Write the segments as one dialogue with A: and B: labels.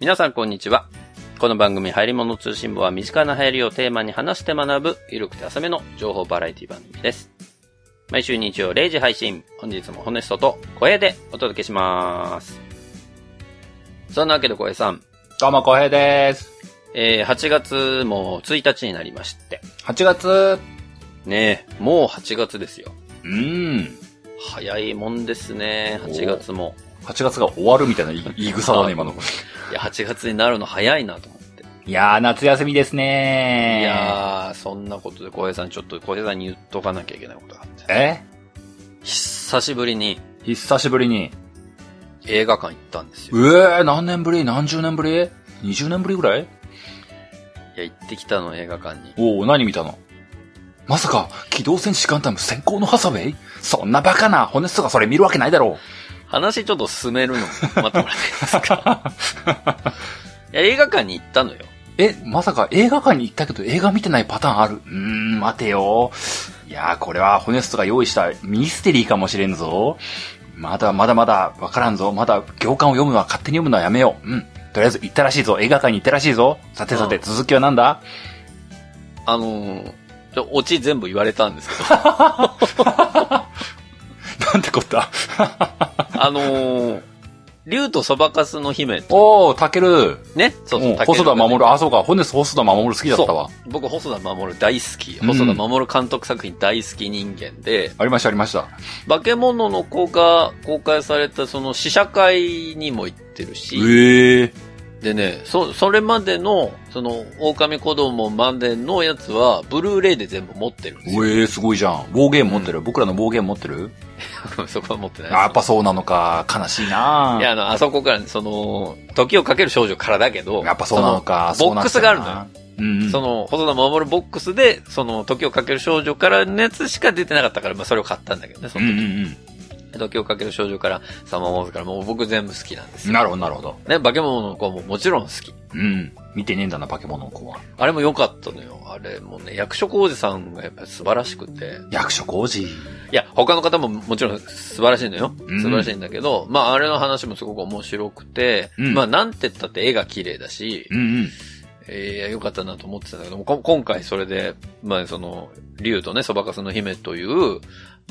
A: 皆さんこんにちは。この番組、流行り物通信部は身近な流行りをテーマに話して学ぶ、ゆるくて浅めの情報バラエティ番組です。毎週日曜0時配信、本日もホネストと声でお届けします。そんなわけで声さん、
B: どうも、こうへいです。
A: えー、8月も1日になりまして。
B: 8月。
A: ねえ、もう8月ですよ。
B: うーん。
A: 早いもんですね、8月も。
B: 8月が終わるみたいな言 い言い草だね、今の。
A: いや、8月になるの早いなと思って。
B: いやー、夏休みですね
A: いやー、そんなことで小平さん、ちょっと小平さんに言っとかなきゃいけないことがあって。
B: え
A: 久しぶりに
B: 久しぶりに。
A: 映画館行ったんですよ。
B: うえー、何年ぶり何十年ぶり ?20 年ぶりぐらい
A: いや、行ってきたの、映画館に。
B: おお何見たのまさか、機動戦士ガンダム先行のハサウェイそんなバカな骨とかそれ見るわけないだろ
A: 話ちょっと進めるの、待ってもらっていいですか いや、映画館に行ったのよ。
B: う。え、まさか映画館に行ったけど映画見てないパターンあるうーん、待てよ。いやー、これは骨とが用意したミステリーかもしれんぞ。まだまだまだわからんぞ。まだ行間を読むのは勝手に読むのはやめよう。うん。とりあえず行ったらしいぞ。映画館に行ったらしいぞ。さてさて、
A: うん
B: 続きはなんだ
A: あのー、ちょオチ全部言われたんですけど、
B: なんてこ った。
A: あのー、竜とそばかすの姫と、
B: おー、タケル。
A: ね、そうそう
B: うん
A: タケル
B: 細
A: がね
B: 田守。あ、そうか。骨細田守好きだったわ。
A: 僕、細田守大好き。
B: うん
A: 細田守監督作品大好き人間で、
B: ありました、ありました。
A: 化け物の子が公開されたその試写会にも行ってるし、
B: ええ
A: でね、そ、それまでの、その、狼子供までのやつは、ブルーレイで全部持ってるんですよ。
B: ええすごいじゃん。暴言持ってる、僕らの暴言持ってる
A: そこは持ってない
B: あやっぱそうなのか。悲しいない
A: や、あの、あそこから、その、時をかける少女からだけど、
B: やっぱそうなのか。
A: そのボックスがあるのよ。
B: のうん、うん。
A: その、細田守ボックスで、その、時をかける少女からのやつしか出てなかったから、まあ、それを買ったんだけどね、そ
B: うん
A: の
B: う
A: 時。
B: ん
A: 時をかける少女から、サマーウォーズから、もう僕全部好きなんです
B: う
A: よ。
B: ん。なるほど、なるほど。
A: ね、化け物の子ももちろん好き。
B: うん。見てねえんだな、化け物の子は。
A: あれも良かったのよ。あれもね、役所広司さんがやっぱり素晴らしくて。
B: 役所工事。
A: いや、他の方ももちろん素晴らしいのよ。
B: うん
A: 素晴らしいんだけど、まああれの話もすごく面白くて、
B: うん
A: まあなんて言ったって絵が綺麗だし、
B: うんうん。
A: えー、良かったなと思ってたんだけども、こ今回それで、まあその、竜とね、そばかすの姫という、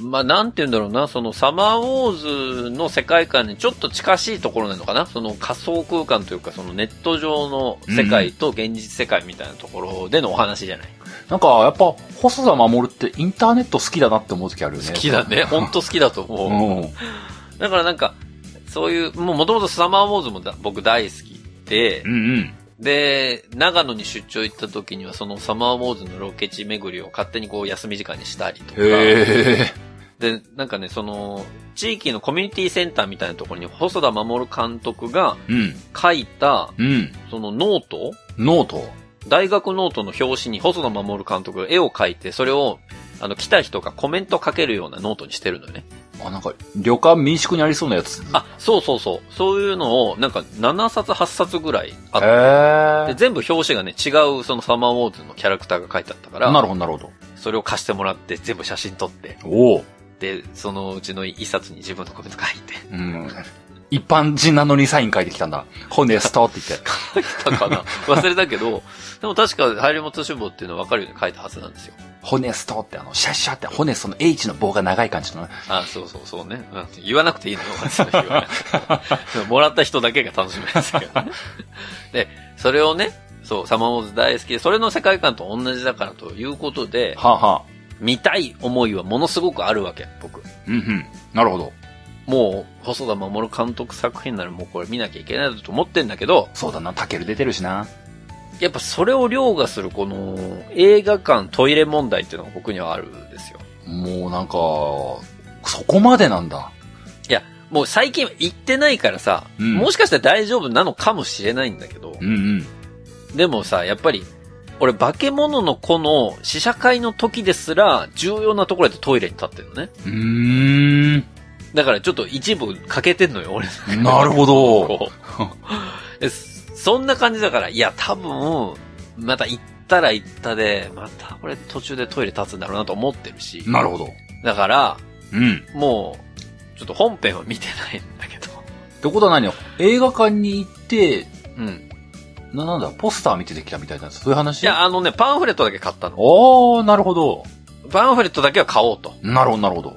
A: まあなんて言うんだろうな、そのサマーウォーズの世界観にちょっと近しいところなのかなその仮想空間というか、そのネット上の世界と現実世界みたいなところでのお話じゃない、
B: なんか、やっぱ、細田守ってインターネット好きだなって思う時あるよね。
A: 好きだね。ほんと好きだと
B: う
A: 思う。
B: ん。
A: だからなんか、そういう、もうもともとサマーウォーズもだ僕大好きで
B: う、んうん。
A: で、長野に出張行った時にはそのサマーウォーズのロケ地巡りを勝手にこう休み時間にしたりとか、
B: へえ。
A: で、なんかね、その、地域のコミュニティセンターみたいなところに細田守監督が
B: うん。
A: 書いた、
B: うん。
A: そのノート
B: ノート。
A: 大学ノートの表紙に細田守監督が絵を描いて、それを、あの、来た人がコメント書けるようなノートにしてるのよね。
B: あ、なんか、旅館民宿にありそうなやつ。へ
A: あ、そうそうそう。そういうのを、なんか、7冊、8冊ぐらいあって、で
B: え。
A: 全部表紙がね、違うそのサマーウォーズのキャラクターが書いてあったから、
B: なるほど、なるほど。
A: それを貸してもらって、全部写真撮って、
B: おお。
A: で、そのうちの一冊に自分のコメント書いて、
B: うん。一般人なのにサイン書いてきたんだ。本でストって言って。
A: 書いたか な忘れたけど、でも確か、ハイリモツ志望っていうのは分かるように書いたはずなんですよ。
B: ホネストってあの、シャッシャって、ホネストの H の棒が長い感じのね。
A: あ、そうそうそうね。うん言わなくていいのよ、私は言わ なくてもらった人だけが楽しみですけどね。で、それをね、そう、サマーウォーズ大好きで、それの世界観と同じだからということで、
B: はあ、はあ、
A: 見たい思いはものすごくあるわけ、僕。
B: うんうん。なるほど。
A: もう、細田守監督作品ならもうこれ見なきゃいけないと思ってんだけど、
B: そうだな、タケル出てるしな。
A: やっぱそれを凌駕するこの映画館トイレ問題っていうのが僕にはあるんですよ。
B: もうなんか、そこまでなんだ。
A: もう最近行ってないからさ、
B: うん
A: もしかしたら大丈夫なのかもしれないんだけど
B: う、んうん。
A: でもさ、やっぱり、俺化け物の子の試写会の時ですら重要なところでトイレに立ってるのね。
B: うーん。
A: だからちょっと一部欠けてんのよ、俺。
B: なるほ ど。
A: こう でそんな感じだから、いや、多分、また行ったら行ったで、また俺途中でトイレ立つんだろうなと思ってるし。
B: なるほど。
A: だから、
B: うん。
A: もう、ちょっと本編は見てないんだけど。
B: ってことは何映画館に行って、
A: うん。
B: な、なんだ、ポスター見ててきたみたいな、そういう話
A: いや、あのね、パンフレットだけ買ったの。
B: おー、なるほど。
A: パンフレットだけは買おうと。
B: なるほど、なるほど。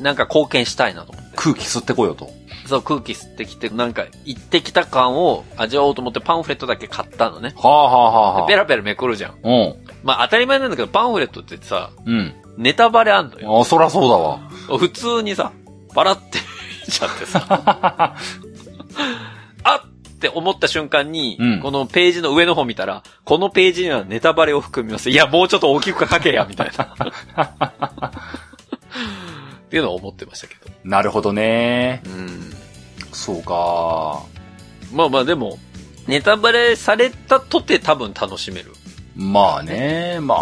A: なんか貢献したいなと思って。
B: 空気吸ってこようと。
A: そう、空気吸ってきて、なんか行ってきた感を味わおうと思ってパンフレットだけ買ったのね。
B: はあ、はあはあ
A: ペ
B: は
A: ラペラめくるじゃん。
B: あ、
A: まあ当たり前なんだけど、パンフレットってさ、
B: うん。
A: ネタバレあんのよ。
B: うん。あ、そらそうだわ。
A: 普通にさ、バラって見ちゃってさ、あって思った瞬間に、
B: うん
A: このページの上の方見たら、このページにはネタバレを含みます。いや、もうちょっと大きく書けや、みたいな。っていうのは思ってましたけど。
B: なるほどね。
A: うん。
B: そうか。
A: まあまあでも、ネタバレされたとて多分楽しめる。
B: まあね、まあ、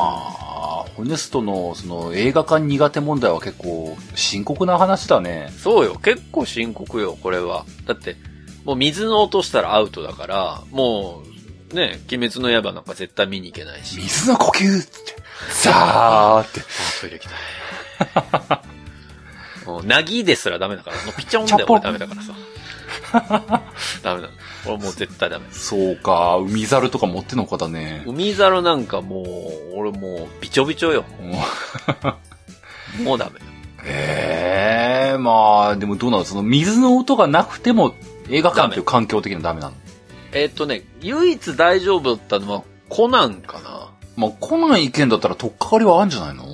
B: ホネストのその映画館苦手問題は結構深刻な話だね。
A: そうよ、結構深刻よ、これは。だって、もう水の落としたらアウトだから、もう、ね、鬼滅の刃なんか絶対見に行けないし。
B: 水の呼吸って。さあって。
A: トイレ行きたい。もう、なぎですらダメだから、もうピチョン
B: チ
A: だ
B: ャ
A: よ、
B: ポン
A: 俺ダメだからさ。ダメだ。俺もう絶対ダメ。
B: そうか、海猿とか持ってのかだね。
A: 海猿なんかもう、俺もう、びちょびちょよ。もうダメ。
B: ええまあ、でもどうなのその水の音がなくても映画館という環境的にはダメなの。
A: えーっ、とね、唯一大丈夫だったのは、コナンかな。
B: まあ、来ない意見だったらとっかかりはあるんじゃないの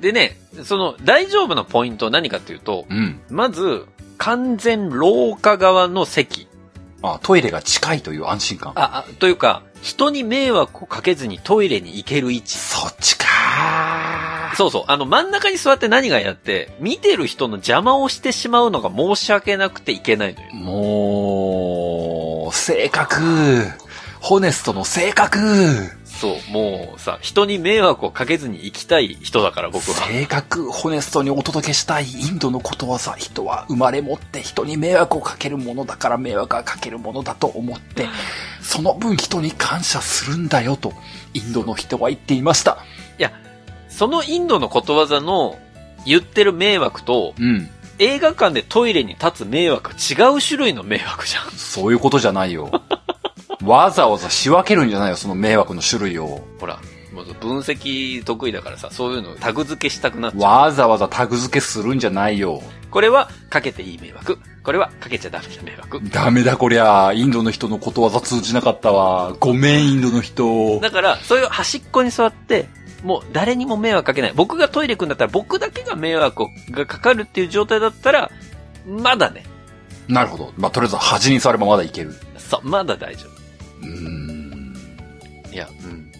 A: でね、その、大丈夫なポイントは何かっていうと、
B: うん。
A: まず、完全廊下側の席。
B: あ、トイレが近いという安心感。
A: あ、あ、というか、人に迷惑をかけずにトイレに行ける位置。
B: そっちか
A: そうそう。あの、真ん中に座って何がやって、見てる人の邪魔をしてしまうのが申し訳なくていけないのよ。
B: もう、性格。ホネストの性格。
A: そう。もうさ、人に迷惑をかけずに行きたい人だから、僕は。
B: 性格、ホネストにお届けしたいインドのことはさ、人は生まれ持って人に迷惑をかけるものだから迷惑はかけるものだと思って、その分人に感謝するんだよと、インドの人は言っていました。
A: そのインドのことわざの言ってる迷惑と、
B: うん。
A: 映画館でトイレに立つ迷惑は違う種類の迷惑じゃん。
B: そういうことじゃない よ。わざわざ仕分けるんじゃないよ、その迷惑の種類を。
A: ほら、もう分析得意だからさ、そういうのタグ付けしたくなっちゃう。
B: わざわざタグ付けするんじゃないよ。
A: これはかけていい迷惑。これはかけちゃダメな迷惑。
B: ダメだこりゃ。インドの人のことわざ通じなかったわ。ごめん、インドの人。
A: だから、そういう端っこに座って、もう誰にも迷惑かけない。僕がトイレ行くんだったら、僕だけが迷惑がかかるっていう状態だったら、まだね。
B: なるほど。まあ、とりあえず端に座ればまだいける。
A: そう、まだ大丈
B: うーん。
A: 夫。いや、うん。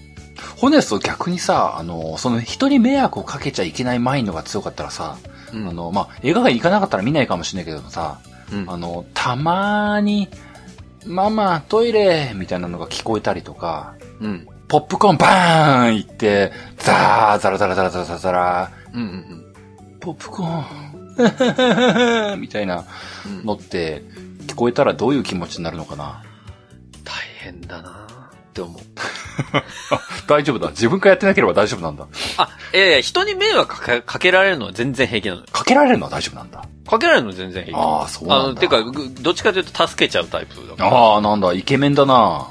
B: ホネスト逆にさ、あの、その人に迷惑をかけちゃいけないマインドが強かったらさ、
A: うん
B: あの、まあ、映画館行かなかったら見ないかもしれないけどさ、
A: うん
B: あの、たまーに、ママ、トイレみたいなのが聞こえたりとか、
A: うん。
B: ポップコーンバーン行って、ザー、ザラザラザラザラザラ、
A: うん。うん。
B: ポップコーン、 みたいな
A: うん。
B: のって、聞こえたらどういう気持ちになるのかな
A: 大変だなって思う。
B: 大丈夫だ。自分がやってなければ大丈夫なんだ。
A: あ、いやいや、人に迷惑かけかけられるのは全然平気なのよ。
B: かけられるのは大丈夫なんだ。
A: かけられるのは全然平気。
B: ああ、そう
A: あ
B: な
A: の、
B: んだ。
A: てか、ぐどっちかというと助けちゃうタイプだから。
B: ああ、なんだ、イケメンだな。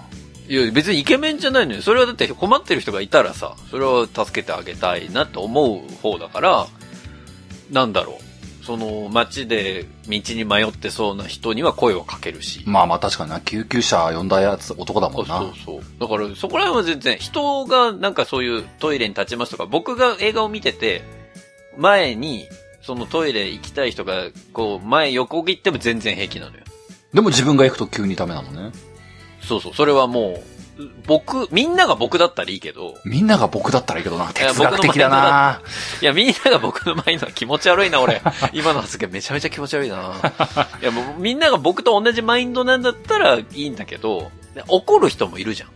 A: いや、別にイケメンじゃないのよ。それはだって困ってる人がいたらさ、それは助けてあげたいなと思う方だから、なんだろう。その、街で道に迷ってそうな人には声をかけるし。
B: まあまあ確かにな、救急車呼んだやつ男だ
A: そ
B: も
A: うん
B: な。
A: そうそう。だから、そこら辺は全然、人がなんかそういうトイレに立ちますとか、僕が映画を見てて、前に、そのトイレ行きたい人が、こう、前横切っても全然平気なのよ。
B: でも自分が行くと急にダメなのね。
A: そうそう。それはもう、僕、みんなが僕だったらいいけど、
B: みんなが僕だったらいいけどな、
A: や
B: 哲学的だな。
A: いや、みんなが僕の前のは気持ち悪いな、 俺。今の発言めちゃめちゃ気持ち悪いな。いや、もうみんなが僕と同じマインドなんだったらいいんだけど、怒る人もいるじゃん。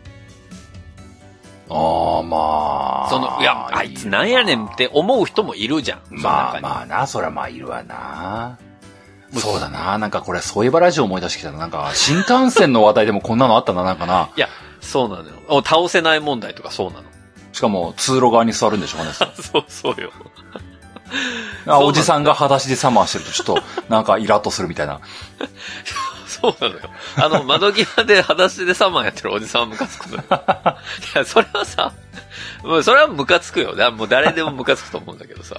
B: ああ、まあ。
A: その、いや、あいつなんやねんって思う人もいるじゃん。その中
B: まあ
A: に
B: まあな、そらまあいるわな。
A: もう
B: そうだな、なんかこれ、そういえばラジオ思い出してきたな。なんか、新幹線の話題でもこんなのあったな、なんかな。
A: いや、そうなのよ。お倒せない問題とかそうなの。
B: しかも、通路側に座るんでしょうね。
A: そうそうよ。
B: あおじさんが裸足でサマーしてると、ちょっと、なんかイラッとするみたいな。
A: そうなのよ。あの、窓際で裸足でサマーやってるおじさんはムカつくのよ。いや、それはさ、もうそれはムカつくよ。だもう誰でもムカつくと思うんだけどさ。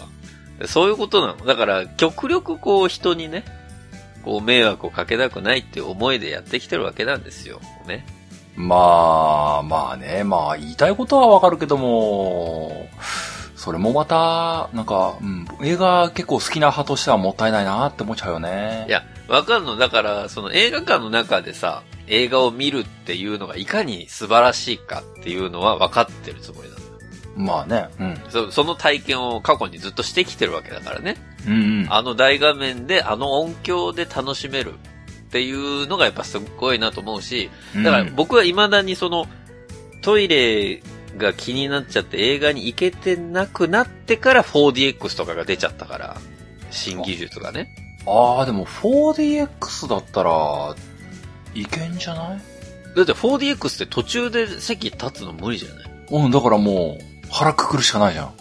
A: そういうことなの。だから、極力こう人にね、こう迷惑をかけたくないっていう思いでやってきてるわけなんですよ。ね。
B: まあ、まあね、まあ言いたいことはわかるけども、それもまた、なんか、うん、映画結構好きな派としてはもったいないなって思っちゃうよね。
A: いや、わかるの。だから、その映画館の中でさ、映画を見るっていうのがいかに素晴らしいかっていうのは分かってるつもりなのよ
B: まあね、うん。
A: そ。その体験を過去にずっとしてきてるわけだからね。
B: うん、うん。
A: あの大画面で、あの音響で楽しめるっていうのがやっぱすっごいなと思うし、だから
B: うん
A: 僕は未だにその、トイレが気になっちゃって映画に行けてなくなってから 4DX とかが出ちゃったから、新技術がね。
B: ああ、でも 4DX だったら、いけんじゃない
A: だって 4DX って途中で席立つの無理じゃない
B: うん、だからもう、腹くくるしかないじゃん。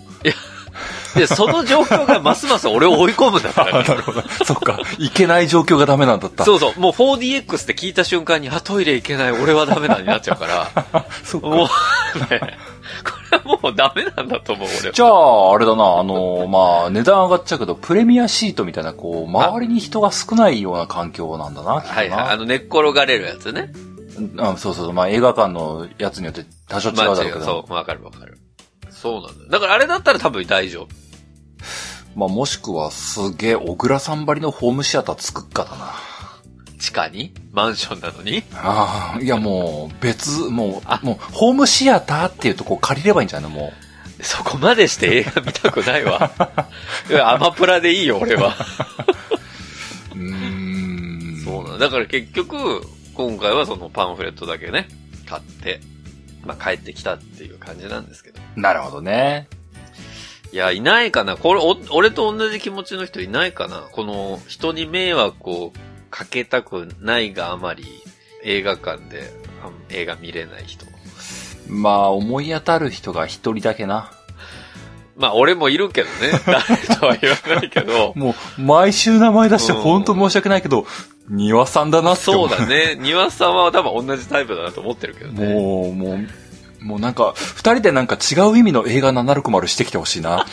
A: で、その状況がますます俺を追い込むんだ から、ね。
B: るほど。そっか。いけない状況がダメなんだった。
A: そうそう、もう 4DX って聞いた瞬間に、あ、トイレ行けない、俺はダメだになっちゃうから、
B: そっか
A: もうね、これはもうダメなんだと思う、俺は。
B: じゃあ、あれだな、あのー、まあ、値段上がっちゃうけど、プレミアシートみたいな、こう、周りに人が少ないような環境なんだな、きっとな
A: はいはい、あの、寝っ転がれるやつね。
B: うんそうそう、まあ、映画館のやつによって多少違うだ
A: ま
B: ろう
A: あ
B: け
A: 違う、
B: ど、
A: そう、わかるわかる。そうなんだよ。だからあれだったら多分大丈夫。
B: まあ、もしくは、すげえ、小倉さんばりのホームシアター作っかだな。
A: 地下にマンションなのに
B: ああ、いや、もう、別、もう、もう、ホームシアターっていうとこ借りればいいんじゃないのも
A: そこまでして映画見たくない わ。いやアマプラでいいよ、俺は。
B: う。うーん。
A: そうなんだ。だから結局、今回はそのパンフレットだけね、買って、まあ帰ってきたっていう感じなんですけど。
B: なるほどね。
A: いや、いないかな。これ、お俺と同じ気持ちの人いないかな。この、人に迷惑をかけたくないがあまり、映画館であん映画見れない人。
B: まあ、思い当たる人が一人だけな。
A: まあ、俺もいるけどね。誰とは言わないけ ど。
B: もう、毎週名前出して
A: うん
B: 本当申し訳ないけど、庭さんだなって思
A: そうだね。庭さんは多分同じタイプだなと思ってるけどね。
B: もう、もう、もうなんか、二人でなんか違う意味の映画760してきてほしい な。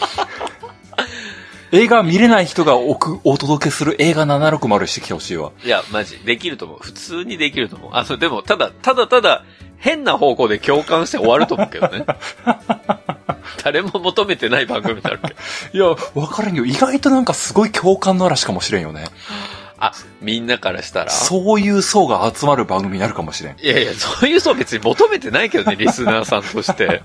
B: 映画見れない人がおくお届けする映画760してきてほしいわ。
A: いや、マジ。できると思う。普通にできると思う。あ、そう、でも、ただ、ただただ、変な方向で共感して終わると思うけどね。誰も求めてない番組になるけど。
B: いや、わからんよ。意外となんかすごい共感の嵐かもしれんよね。
A: あ、みんなからしたら。
B: そういう層が集まる番組になるかもしれん。
A: いやいや、そういう層別に求めてないけど ね、リスナーさんとして。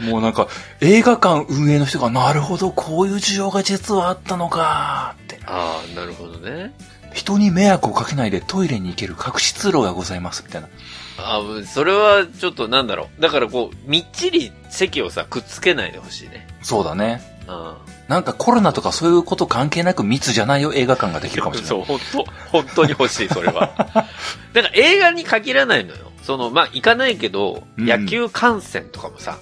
B: もうなんか、映画館運営の人が、なるほど、こういう需要が実はあったのか、って。
A: ああ、なるほどね。
B: 人に迷惑をかけないでトイレに行ける隠し通路がございます、みたいな。
A: あーそれはちょっとなんだろう。だからこう、みっちり席をさ、くっつけないでほしいね。
B: そうだね。
A: うん。
B: なんかコロナとかそういうこと関係なく密じゃないよ映画館ができるかもしれない。
A: そう、本当 本当に欲しい、それ は。だから映画に限らないのよ。その、まあ、行かないけど、
B: うん
A: 野球観戦とかもさ、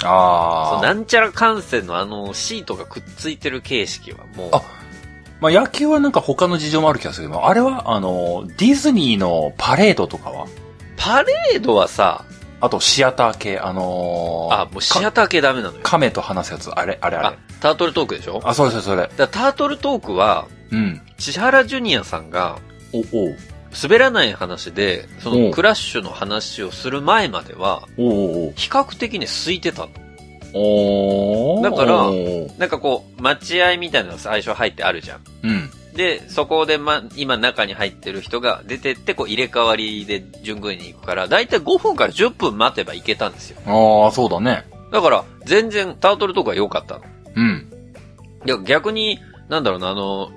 A: そ
B: あ
A: う
B: あ。
A: なんちゃら観戦のあの、シートがくっついてる形式はもう、
B: あまあ野球はなんか他の事情もある気がするけど、あれはあの、ディズニーのパレードとかは
A: パレードはさ、
B: あとシアター系、あのー
A: あ、もうシ
B: か
A: アター系ダメなのよ。
B: 亀と話すやつ、あれ、あれ、あ
A: あ
B: れ。、
A: タートルトークでしょ
B: あ、それそれそれ。
A: だからタートルトークは、
B: うん。
A: 千原ジュニアさんが、
B: お、おう
A: 滑らない話で、そ
B: お
A: の
B: う
A: クラッシュの話をする前までは、
B: おう
A: 比較的ね、空いてたの。
B: おうおう
A: だから
B: おう
A: なんかこう、待合みたいなの最初入ってあるじゃん。
B: うん。
A: で、そこでま、今中に入ってる人が出てって、こう入れ替わりで順繰りに行くから、だいたい5分から10分待てば行けたんですよ。
B: ああ、そうだね。
A: だから、全然タートルトークは良かったの。
B: うん。
A: いや、逆に、なんだろうな、あの、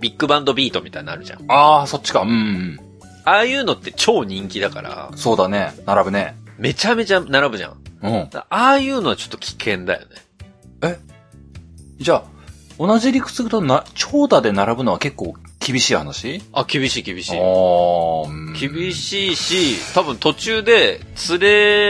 A: ビッグバンドビートみたいなのあるじゃん。
B: ああ、そっちか。うんうん。
A: ああいうのって超人気だから、
B: そうだね。並ぶね。
A: めちゃめちゃ並ぶじゃん。
B: うん。
A: だああいうのはちょっと危険だよね。
B: じゃあ、同じ理屈だとな、長蛇で並ぶのは結構厳しい話
A: あ、厳しい厳しい。
B: ああ、
A: 厳しいし、多分途中で、連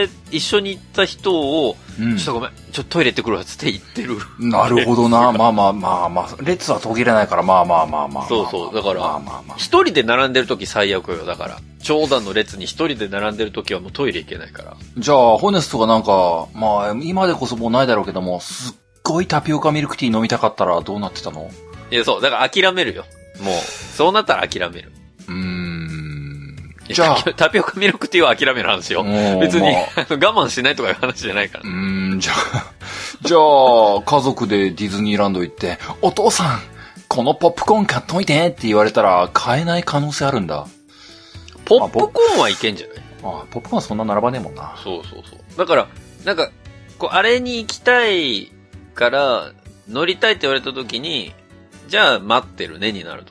A: れ、一緒に行った人を、
B: い。うん
A: ちょっとごめん、ちょっとトイレ行ってくるわっつって行っ てる。
B: なるほど な。まあまあまあまあ、列は途切れないから、まあまあまあまあ。
A: そうそうだから
B: まあまあまあ。
A: 一人で並んでる時最悪よ、だから。長蛇の列に一人で並んでる時はもうトイレ行けないから。
B: じゃあ、ホネストがなんか、まあ、今でこそもうないだろうけども、すっごいタピオカミルクティー飲みたかったらどうなってたの
A: いや、そう、だから諦めるよ。もう、そうなったら諦める。
B: うーん。
A: いや
B: じゃあ
A: タピオタピオカミルクティーは諦める話よ。別に、
B: もうまあ
A: あの 我慢しないとかいう話じゃないから
B: う。ーん、じゃあ、 じゃあ、家族でディズニーランド行って、お父さん、このポップコーン買っといてって言われたら、買えない可能性あるんだ。
A: ポップコーンはいけんじゃない
B: あ、ポップコーンそんな並ばねえもんな。
A: そうそうそう。だから、なんか、こう、あれに行きたいから、乗りたいって言われた時に、じゃあ待ってるねになると。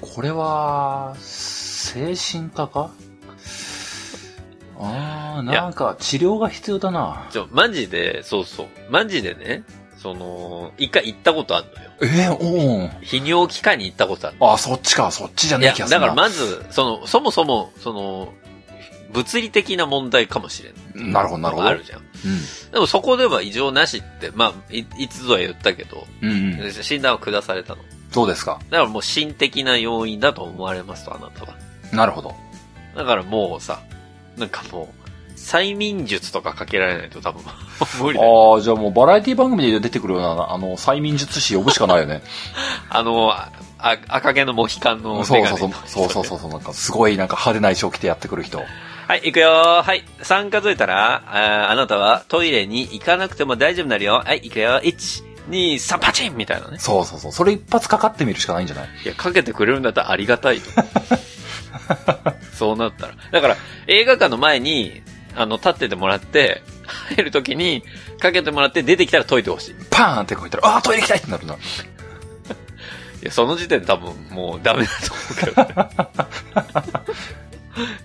B: これは、精神科かああ、
A: いや
B: なんか治療が必要だな。
A: ちょ、マジで、そうそう。マジでね、その、一回行ったことあるのよ。
B: ええお
A: 泌尿器科に行ったことある。
B: おあ、そっちか、そっちじゃ
A: い
B: ねえ
A: や、
B: 気が
A: だ
B: する
A: から
B: な。
A: まず、その、そもそも、その、物理的な問題かもしれない。
B: なるほど、なるほど。
A: あるじゃん。
B: う
A: でもそこでは異常なしって、まあ、いいつぞは言ったけど、
B: ん。うん、うん。
A: 診断は下されたの。
B: どうですか
A: だからもう心的な要因だと思われますと、あなたは。
B: なるほど。
A: だからもうさ、なんかもう、催眠術とかかけられないと多 分、無理だよ。
B: ああ、じゃあもうバラエティ番組で出てくるような、あの、催眠術師呼ぶしかないよね。
A: あの、ああ赤毛のモヒカンのメガ
B: そう
A: ネ
B: そうそう。そうそうそうそう。なんか、すごいなんか派手な衣装着てやってくる人。
A: はい、行くよーはい、3数えたら、あーあなたはトイレに行かなくても大丈夫になるよ。はい、行くよー。1、2、3、パチンみたいなね。
B: そうそうそう。それ一発かかってみるしかないんじゃない
A: いや、かけてくれるんだったらありがた いよ。そうなったら。だから、映画館の前に、あの、立っててもらって、入るときに、かけてもらって出てきたら解いてほしい。い
B: パーンってこう言ったら、ああー、トイレ行きたいってなるな。
A: や、その時点で多分もうダメだと思うけど、ね。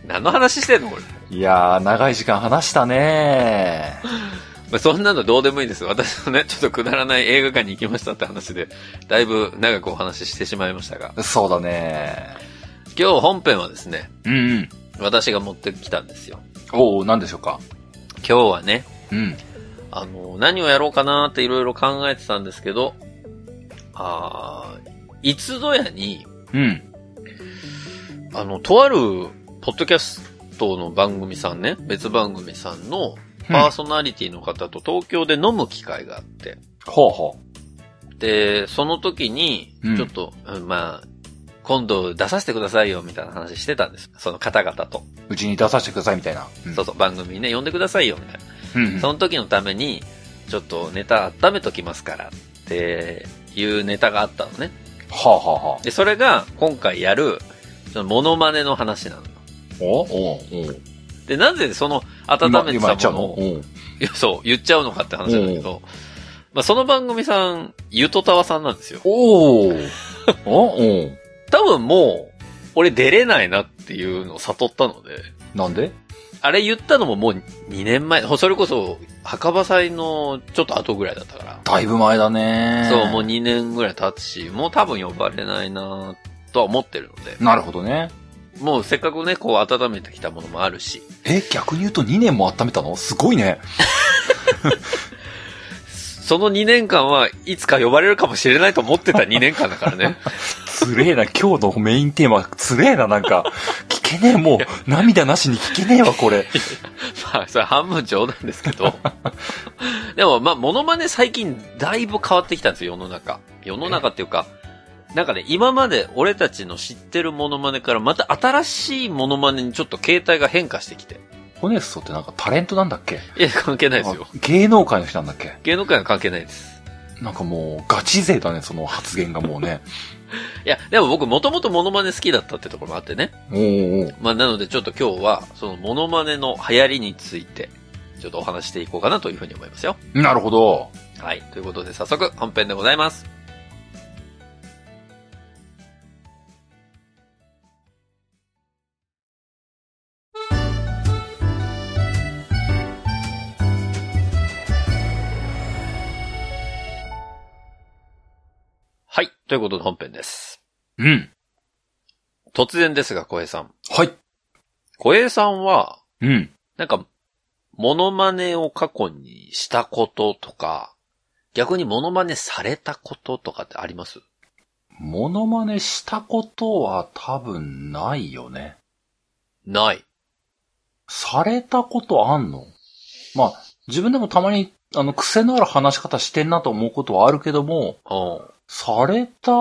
A: 何の話してんのこれ。
B: いやー、長い時間話したねー。
A: まあ、そんなのどうでもいいです。私のね、ちょっとくだらない映画館に行きましたって話で、だいぶ長くお話ししてしまいましたが、
B: そうだね。
A: 今日本編はですね、
B: うんうん。
A: 私が持ってきたんですよ。
B: おお、なんでしょうか。
A: 今日はね、
B: うん。
A: あの、何をやろうかなっていろいろ考えてたんですけど、あーいつぞやに、
B: うん。
A: あの、とある、ポッドキャストの番組さんね、別番組さんの、パーソナリティの方と東京で飲む機会があって、
B: ほうほ
A: で、その時に
B: うん、
A: ちょっと、うんまあ、今度出させてくださいよみたいな話してたんです。その方々と。
B: う。うちに出させてくださいみたいな。うん
A: そうそう、番組にね、呼んでくださいよみたいな。
B: うんうん
A: その時のために、ちょっとネタ温めときますからっていうネタがあったのね。
B: はあはあはあ。
A: で、それが今回やる、そのモノマネの話なのよ。
B: おおお
A: で、なぜその温
B: 今
A: めて
B: 今言っち
A: た
B: ゃう
A: も
B: の
A: のを、
B: おう
A: いやそう、言っちゃうのかって話なんだけど、まあ、その番組さん、ゆとたわさんなんですよ。
B: おーおおう
A: 多分もう、俺出れないなっていうのを悟ったので、
B: なんで
A: あれ言ったのももう2年前、ほそれこそ墓場祭のちょっと後ぐらいだったから。
B: だいぶ前だね
A: そう、もう2年ぐらい経つし、もう多分呼ばれないなとは思ってるので、
B: なるほどね。
A: もうせっかくね、こう温めてきたものもあるし、
B: え、逆に言うと2年も温めたのすごいね。
A: その2年間はいつか呼ばれるかもしれないと思ってた2年間だからね。
B: つれえな、今日のメインテーマ、つれえな、なんか。聞けねえ、もう、涙なしに聞けねえわ、これ。
A: まあ、それ半分冗談ですけ ど。でも、まあ、モノマネ最近だいぶ変わってきたんですよ、世の中。世の中っていうか、なんかね、今まで俺たちの知ってるモノマネからまた新しいモノマネにちょっと形態が変化してきて。
B: ホネストってなんかタレントなんだっけ
A: いや、関係ないですよ。
B: あ芸能界の人なんだっけ
A: 芸能界は関係ないです。
B: なんかもう、ガチ勢だね、その発言がもうね。
A: いや、でも僕もともとモノマネ好きだったってところもあってね。
B: おうおう
A: まあ、なのでちょっと今日は、そのモノマネの流行りについて、ちょっとお話していこうかなというふうに思いますよ。
B: なるほど。
A: はい。ということで、早速、本編でございます。はい。ということで、本編です。
B: うん。
A: 突然ですが、小江さん。
B: はい。
A: 小江さんは、
B: うん。
A: なんか、モノマネを過去にしたこととか、逆にモノマネされたこととかってあります
B: モノマネしたことは多分ないよね。
A: ない。
B: されたことあんのまあ、自分でもたまに、あの、癖のある話し方してんなと思うことはあるけども、
A: う
B: された、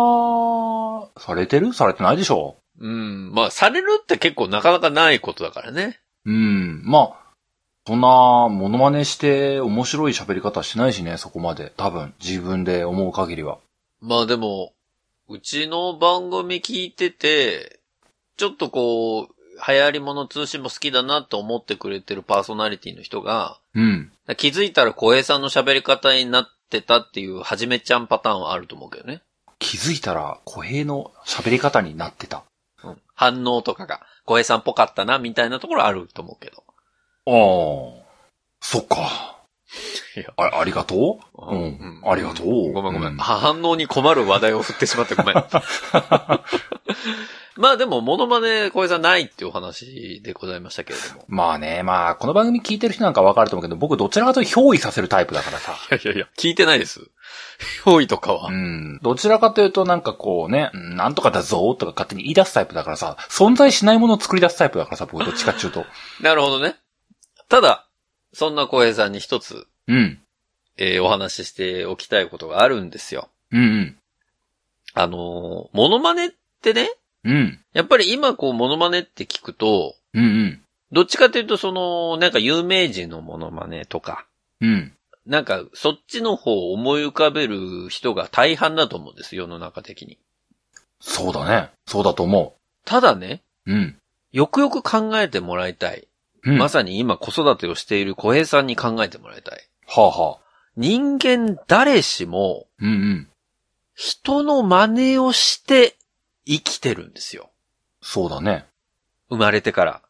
B: されてるされてないでしょ
A: ん。うん。まあ、されるって結構なかなかないことだからね。
B: うん。まあ、そんな、モノマネして面白い喋り方しないしね、そこまで。多分、自分で思う限りは。
A: まあでも、うちの番組聞いてて、ちょっとこう、流行り物通信も好きだなと思ってくれてるパーソナリティの人が、
B: うん。
A: 気づいたら小平さんの喋り方になってたっていう、はじめちゃんパターンはあると思うけどね。
B: 気づいたら、小平の喋り方になってた。
A: うん反応とかが、小平さんっぽかったな、みたいなところあると思うけど。
B: ああ、そっか。
A: いや
B: あ、ありがとうう
A: うん
B: ん、
A: うん
B: ありがとう。
A: ごめんごめん。
B: う
A: 反応に困る話題を振ってしまって ごめん。まあでも、モノマネ小平さんないっていうお話でございましたけれども。
B: まあね、まあ、この番組聞いてる人なんかわかると思うけど、僕どちらかというと憑依させるタイプだからさ。
A: いやいやいや、聞いてないです。憑依とかは。
B: うん。どちらかというとなんかこうね、うんなんとかだぞとか勝手に言い出すタイプだからさ、存在しないものを作り出すタイプだからさ、僕どっちかっていうと。
A: なるほどね。ただ、そんな小平さんに一つ、
B: うん。
A: えーお話ししておきたいことがあるんですよ。
B: うんうん。
A: あのーモノマネってね、
B: うん。
A: やっぱり今こうモノマネって聞くと、
B: うんうん。
A: どっちかというとその、なんか有名人のモノマネとか、
B: うん。
A: なんかそっちの方を思い浮かべる人が大半だと思うんです、世の中的に。
B: そうだね。そうだと思
A: ただね、
B: う。うん。
A: よくよく考えてもらいたい。
B: うん。
A: ま
B: は
A: さに今子育てをしている小平さんに考えてもらいたい。
B: あ、はあ。
A: 人間誰しも
B: うんうん。
A: 人の真似をして生きてるんですよ。
B: そうだね。
A: 生まれてから。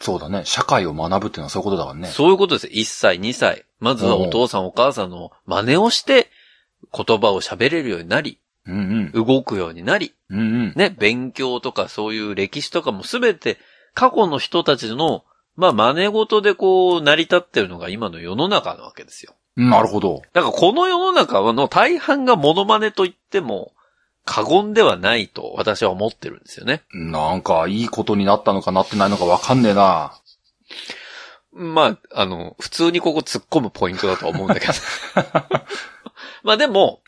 B: そうだね。社会を学ぶっていうのはそういうことだからね。
A: そういうことです。1歳、2歳。まずはお父さんお母さんの真似をして言葉を喋れるようになり、
B: うんうん。
A: 動くようになり、
B: うんうん。
A: ね、勉強とかそういう歴史とかもすべて過去の人たちの、まあ真似事でこう成り立ってるのが今の世の中なわけですよ。
B: うんなるほど。
A: だからこの世の中の大半がモノマネと言っても過言ではないと私は思ってるんですよね。
B: なんか、いいことになったのかなってないのかわかんねえな。
A: まあ、あの、普通にここ突っ込むポイントだとは思うんだけど。まあでも、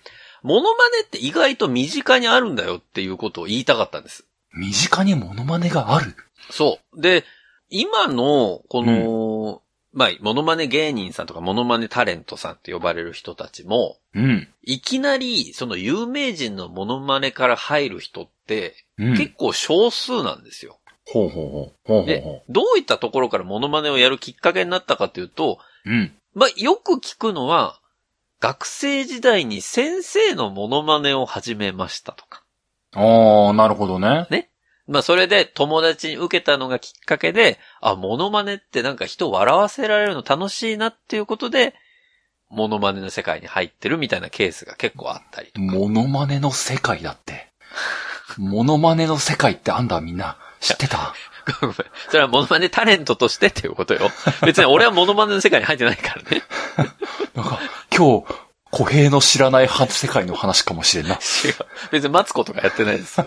A: モノマネって意外と身近にあるんだよっていうことを言いたかったんです。
B: 身近にモノマネがある。
A: そう。で、今の、この、まあ、モノマネ芸人さんとかモノマネタレントさんって呼ばれる人たちも、
B: うん。
A: いきなり、その有名人のモノマネから入る人って、
B: うん
A: 結。構少数なんですよ。
B: ほうほうほう。ほうほう
A: で
B: ほ、
A: どういったところからモノマネをやるきっかけになったかというと、
B: う。うん。
A: まあ、よく聞くのは、学生時代に先生のモノマネを始めましたとか。
B: ああ、なるほどね。
A: まあ、それで友達に受けたのがきっかけで、あ、モノマネってなんか人を笑わせられるの楽しいなっていうことで、モノマネの世界に入ってるみたいなケースが結構あったりとか。
B: モノマネの世界だって。モノマネの世界ってあんだみんな。知ってた
A: ごめんそれはモノマネタレントとしてっていうことよ。別に俺はモノマネの世界に入ってないからね。
B: なんか、今日、小平の知らないは世界の話かもしれんな。
A: 違う。別に待つことがやってない です。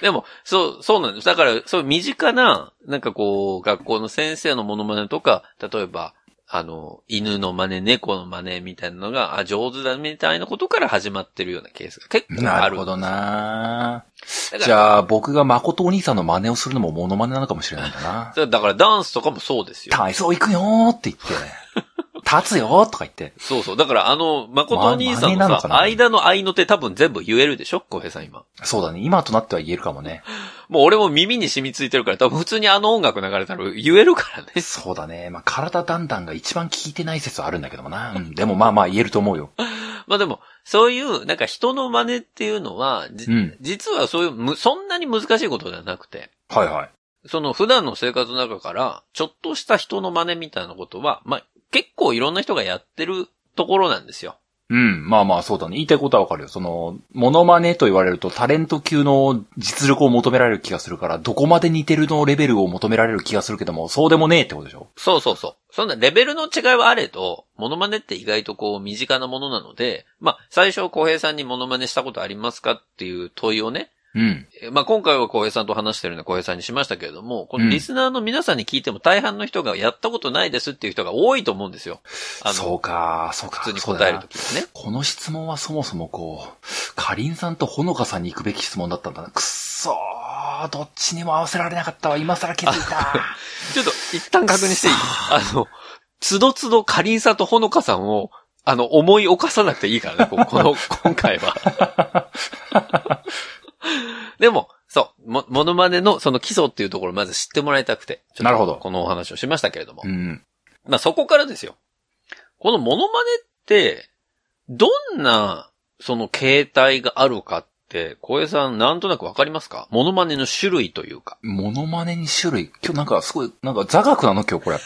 A: でも、そう、そうなんです。だから、そういう身近な、なんかこう、学校の先生のモノマネとか、例えば、あの、犬の真似、猫の真似みたいなのが、あ、上手だみたいなことから始まってるようなケースが結構あ
B: な
A: る。
B: るほどな
A: だから
B: じゃあ、僕が誠お兄さんの真似をするのもモノマネなのかもしれないんだな。
A: そうだからダンスとかもそうですよ。
B: 体操行くよーって言って、立つよーとか言って。
A: そうそう。だからあの、誠お兄さん
B: ま真似な
A: の
B: のか
A: さ、
B: な
A: 間の合いの手多分全部言えるでしょ小平さん今。
B: そうだね。今となっては言えるかもね。
A: もう俺も耳に染みついてるから、多分普通にあの音楽流れたら言えるからね。
B: そうだね。まあ、体だんだんが一番効いてない説はあるんだけどもな。うん。でもまあまあ言えると思うよ。
A: まあでも、そういう、なんか人の真似っていうのは、じ
B: うん。
A: 実はそういうむ、そんなに難しいことではなくて、
B: はいはい。
A: その普段の生活の中から、ちょっとした人の真似みたいなことは、まあ、結構いろんな人がやってるところなんですよ。
B: うん。まあまあ、そうだね。言いたいことはわかるよ。その、モノマネと言われると、タレント級の実力を求められる気がするから、どこまで似てるのレベルを求められる気がするけども、そうでもねえってことでしょ
A: そうそうそう。そんなレベルの違いはあれと、モノマネって意外とこう身近なものなので、まあ、最初、浩平さんにモノマネしたことありますかっていう問いをね、
B: うん。
A: えーまあ、今回は浩平さんと話してるんで浩平さんにしましたけれども、こ
B: う
A: の
B: ん
A: リスナーの皆さんに聞いても大半の人がやったことないですっていう人が多いと思うんですよ。あ
B: そ
A: の、
B: うか、そうか。
A: 普通に
B: そうだ
A: 答え
B: な
A: るときはね。
B: この質問はそもそもこう、かりんさんとほのかさんに行くべき質問だったんだな。くっそー、どっちにも合わせられなかったわ。今更気づ いた。
A: ちょっと一旦確認していいあの、つどつどかりんさんとほのかさんを、あの、思い起こさなくていいからね、こ この、今回は。 でも、そう、も、モノマネのその基礎っていうところをまず知ってもらいたくて。ちょっと
B: なるほど
A: このお話をしましたけれども
B: う。ん。
A: まあ、そこからですよ。このモノマネって、どんな、その形態があるかって、小江さんなんとなくわかりますかモノマネの種類というか。
B: モノマネに種類。今日なんかすごい、なんか座学なの今日これ。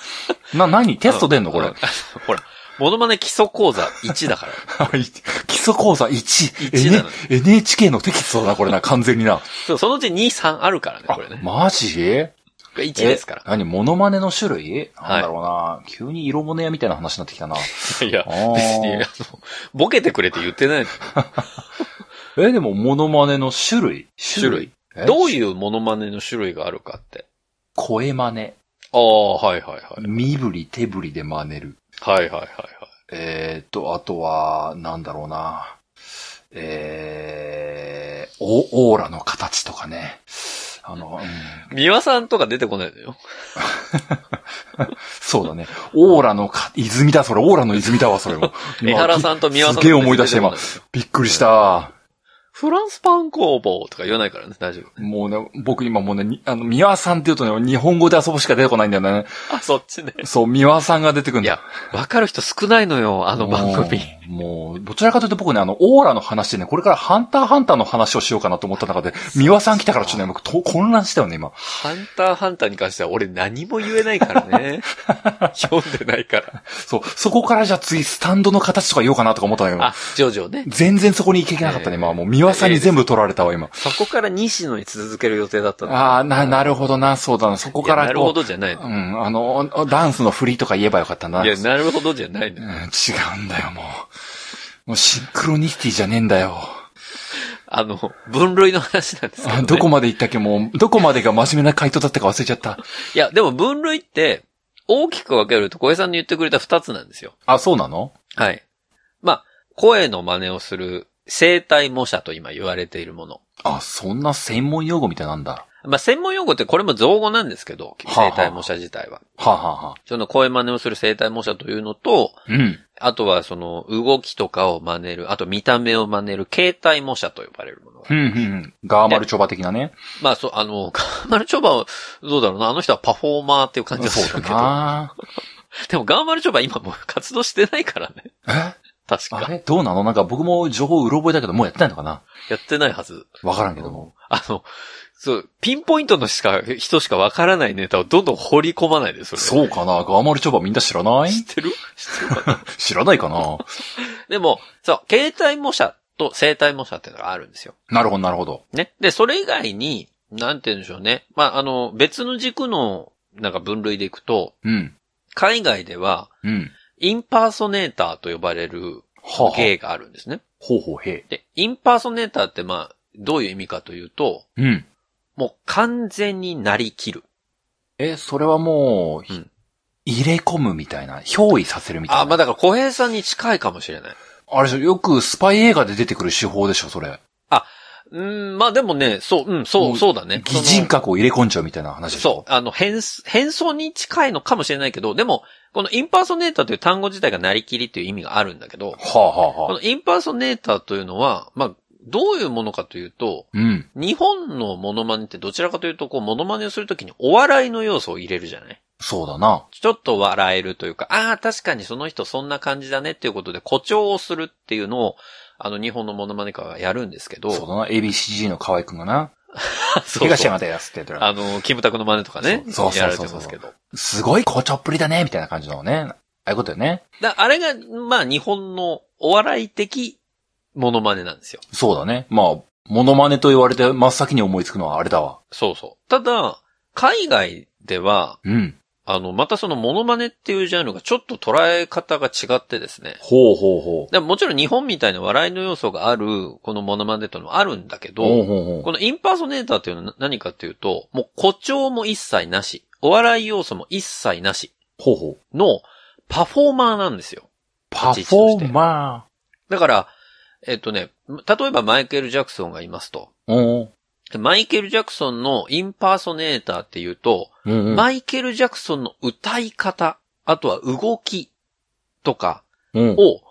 B: な、何テスト出んのこ
A: う
B: れ
A: ん。 ほら、モノマネ基礎講座1だから。
B: はい基礎講座1。
A: 一なの
B: N- NHK のテキストだな、こ れな、完全にな。
A: そうそのうち2、3あるからね、
B: あ
A: これね、。
B: マジえ
A: これ1ですから。
B: 何モノマネの種類
A: い
B: なんだろうな、急に色物屋みたいな話になってき たな。
A: いや
B: あ、ー
A: 別に、あの、ボケてくれって言ってない。
B: え、でも、モノマネの種類種類え
A: どういうモノマネの種類があるかって。
B: 声真似。
A: ああ、はいはいはい。
B: 身振り手振りで真似る。
A: はいはいはいはい。
B: えー、っと、あとは、なんだろうな。えー、おオーラの形とかね。あの、うん
A: 三輪さんとか出てこないのよ。
B: そうだね。オーラのか、泉だ、それ、オーラの泉だわ、それも。
A: 江原さんと三輪さんとか
B: すげえ思い出して
A: 出てこな
B: 今
A: いのよ。
B: びっくりした。
A: フランスパン工房とか言わないからね、大丈夫。
B: もうね、僕今もうね、にあの、三輪さんって言うとね、日本語で遊ぶしか出てこないんだよね。
A: あ、そっちね。
B: そう、三輪さんが出てくるん
A: い
B: だ
A: や、わかる人少ないのよ、あの番組。
B: もう、もうどちらかというと僕ね、あの、オーラの話でね、これからハンターハンターの話をしようかなと思った中で、三輪さん来たからちょっとね、僕と、混乱したよね、今。
A: ハンターハンターに関しては俺何も言えないから ね。読んでないから。
B: そう、そこからじゃあ次、スタンドの形とか言おうかなとか思ったんだけど、
A: あ、ジョジョね。
B: 全然そこに行けなかった
A: えー
B: ね、今はもう、三輪さんに全部取られたわ、今。
A: そこから西野に続ける予定だったの。
B: ああ、な、なるほどな、そうだな、そこ
A: いや
B: から
A: なるほ
B: こう、
A: どじゃないの。
B: うん、あの、ダンスの振りとか言えばよかったな。
A: いや、なるほどじゃない
B: うん、
A: の。
B: 違うんだよ、もう。もうシンクロニシティじゃねえんだよ。
A: あの、分類の話なんですけど、
B: あ
A: ね。
B: どこまで行ったっけもう、どこまでが真面目な回答だったか忘れちゃった。
A: いや、でも分類って、大きく分けると小江さんの言ってくれた二つなんですよ。
B: あ、そうなの
A: はい。まあ、声の真似をする声帯模写と今言われているもの。
B: あ、そんな専門用語みたいなんだ。
A: まあ、専門用語ってこれも造語なんですけど、
B: はあ
A: 声
B: はあ
A: 帯模写自体は。
B: はあ、はあはあ、
A: その声真似をする声帯模写というのと、
B: うん。
A: あとはその動きとかを真似る、あと見た目を真似る形態模写と呼ばれるものが
B: うん、うん、うん。ガーマルチョバ的なね。
A: まあ、そう、あの、 カーマルチョバは、どうだろうな。あの人はパフォーマーっていう感じがす
B: そ
A: る
B: う
A: け
B: だ
A: ど。
B: な
A: でも、ガーマルチョバ今もう活動してないからね。
B: え
A: 確
B: あ
A: か。
B: れどうなのなんか僕も情報うろ覚えだけど、もうやってないのかな
A: やってないはず。
B: わからんけども。
A: あの、そう、ピンポイントのしか、人しかわからないネタをどんどん掘り込まないで、それ。う。
B: そうかなガーマルチョバみんな知らない
A: 知ってる知ってるかな
B: 知らないかな
A: でも、そう、形態模写と生体模写っていうのがあるんですよ。
B: なるほど、なるほど。
A: ね。で、それ以外に、なんて言うんでしょうね。まあ、あの、別の軸の、なんか分類でいくと、
B: うん。
A: 海外では、
B: うん。
A: インパーソネーターと呼ばれる
B: はあ、はあ、
A: 芸があるんですね。
B: ほうほうへい。
A: で、インパーソネーターってまあ、どういう意味かというと、
B: うん。
A: もう完全になりきる。
B: え、それはもう、
A: うん
B: 入れ込むみたいな。憑依させるみたいな。
A: あ、まあだから小平さんに近いかもしれない。
B: あれでしょ、よくスパイ映画で出てくる手法でしょ、それ。
A: うん、まあでもね、そう、うん、そ
B: も
A: う、
B: う
A: そうだね。
B: 擬人化を入れ込んじゃうみたいな話
A: そ
B: で
A: の
B: しょ。
A: そう、あの、変、変装に近いのかもしれないけど、でも、このインパーソネーターという単語自体がなりきりという意味があるんだけど、
B: はあ、はあ、
A: こ
B: はあ。
A: のインパーソネーターというのは、まあ、どういうものかというと、
B: うん。
A: 日本のモノマネってどちらかというと、こう、モノマネをするときにお笑いの要素を入れるじゃない
B: そうだな。
A: ちょっと笑えるというか、ああ、確かにその人そんな感じだねっていうことで誇張をするっていうのを、あの、日本のモノマネ家はやるんですけど、
B: そうだな。ABCG の河合くんがな。
A: そう
B: 東
A: そう
B: 山ですって言ったら、
A: あの、キムタクの真似とかね、
B: そうそうそうそう
A: やられてますけど。
B: すごい校長っぷりだね、みたいな感じのね。ああいうことよね。
A: だあれが、まあ日本のお笑い的モノマネなんですよ。
B: そうだね。まあ、モノマネと言われて真っ先に思いつくのはあれだわ。
A: そうそう。ただ、海外では、
B: うん。
A: あの、またそのモノマネっていうジャンルがちょっと捉え方が違ってですね。
B: ほうほうほう。
A: でももちろん日本みたいな笑いの要素がある、このモノマネというのはあるんだけ
B: ほ
A: ど、
B: うほうほ
A: このインパーソネーターっていうのは何かっていうと、もう誇張も一切なし、お笑い要素も一切なし
B: う。ほうほう。
A: のパフォーマーなんですよ。
B: パフ
A: 立ち位置とし
B: ォ
A: て
B: ーマ
A: だから、えっとね、例えばマイケル・ジャクソンがいますと。
B: ー。うん
A: でマイケル・ジャクソンのインパーソネーターっていうと、
B: うん。うん
A: マイケル・ジャクソンの歌い方、あとは動きとか
B: うん。
A: を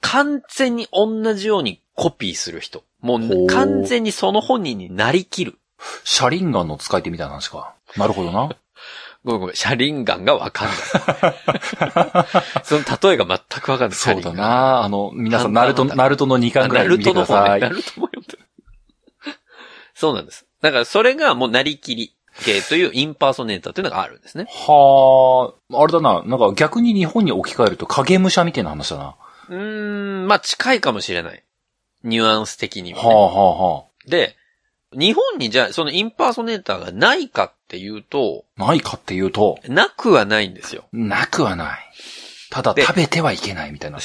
A: 完全に同じようにコピーする人。も
B: ほ
A: う
B: う
A: 完全にその本人になりきる。
B: シャリンガンの使い手みたいな話か。なるほ どな。
A: ごめんごめん、シャリンガンがわかんない。 その例えが全くわかんない。
B: そう
A: シャリ
B: だ
A: ンガン。
B: な。あの、皆さん、ナ
A: 簡
B: ルト、
A: 単なんだ
B: ナルトの2巻ぐら
A: ナ
B: い見
A: ル
B: て
A: ト
B: く
A: の
B: だ
A: 方
B: さ
A: ね。
B: い。
A: ナルトも読んでる。そうなんです。だからそれがもうなりきり系というインパーソネーターというのがあるんですね。
B: はあ、あれだな。なんか逆に日本に置き換えると影武者みたいな話だな。は
A: うーん、まあ近いかもしれない。ニュアンス的に
B: あ
A: は、
B: は
A: ね
B: あは
A: で、日本にじゃあそのインパーソネーターがないかっていうと、
B: あ。ないかっていうと、
A: なくはないんですよ。
B: なくはない。ただ
A: で
B: 食べてはいけないみたいな。